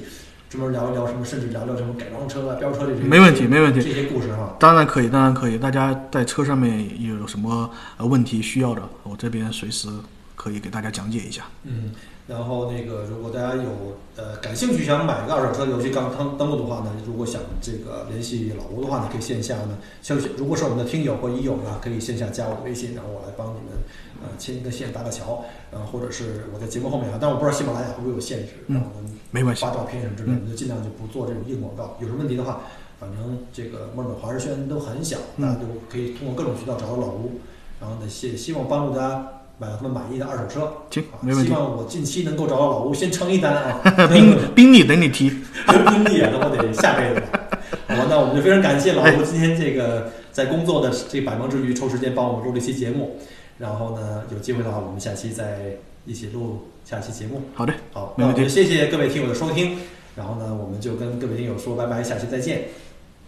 Speaker 1: 专门聊一聊什么，甚至聊聊什么改装车啊、飙车这些，
Speaker 2: 没问题，没问题
Speaker 1: 这。些故事哈、
Speaker 2: 当然可以，当然可以。大家在车上面有什么呃问题需要的，我这边随时可以给大家讲解一下。
Speaker 1: 嗯，然后那个，如果大家有呃感兴趣想买个二手车，尤其刚登登录的话呢，如果想这个联系老吴的话呢，可以线下呢，像如果是我们的听友或已友呢，可以线下加我的微信，然后我来帮你们呃牵一个线搭个桥，然后或者是我在节目后面啊，但我不知道喜马拉雅会不会有限制，
Speaker 2: 嗯
Speaker 1: 然后我们
Speaker 2: 没关系嗯
Speaker 1: 发照片什么之类的，我们就尽量就不做这种硬广告。有什么问题的话，反正这个墨尔本华人圈都很小，
Speaker 2: 嗯
Speaker 1: 大家就可以通过各种渠道找到老吴，然后呢，希希望帮助大家买到他们满意的二手车。
Speaker 2: 行
Speaker 1: 啊
Speaker 2: 没问题
Speaker 1: 希望我近期能够找到老吴，先成一单啊，
Speaker 2: [LAUGHS] 宾宾利等你提，
Speaker 1: 宾利啊，那我得下辈子了。
Speaker 2: [LAUGHS]
Speaker 1: 好吧，那我们就非常感谢老吴今天这个在工作的这百忙之余抽时间帮我们录了一期节目，然后呢，有机会的话我们下期再一起录下期节目。
Speaker 2: 好的，
Speaker 1: 好，
Speaker 2: 没
Speaker 1: 那我
Speaker 2: 问
Speaker 1: 们
Speaker 2: 题，
Speaker 1: 谢谢各位听友的收听，然后呢，我们就跟各位听友说拜拜，下期再见。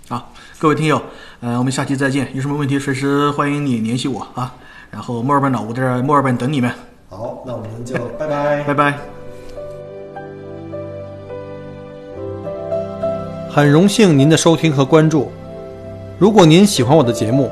Speaker 2: 好，各位听友，呃，我们下期再见，有什么问题随时欢迎你联系我啊，然后墨尔本老吴在这儿墨尔本等你们，
Speaker 1: 好，那我们就拜拜。
Speaker 2: 拜拜。
Speaker 3: 很荣幸您的收听和关注。如果您喜欢我的节目，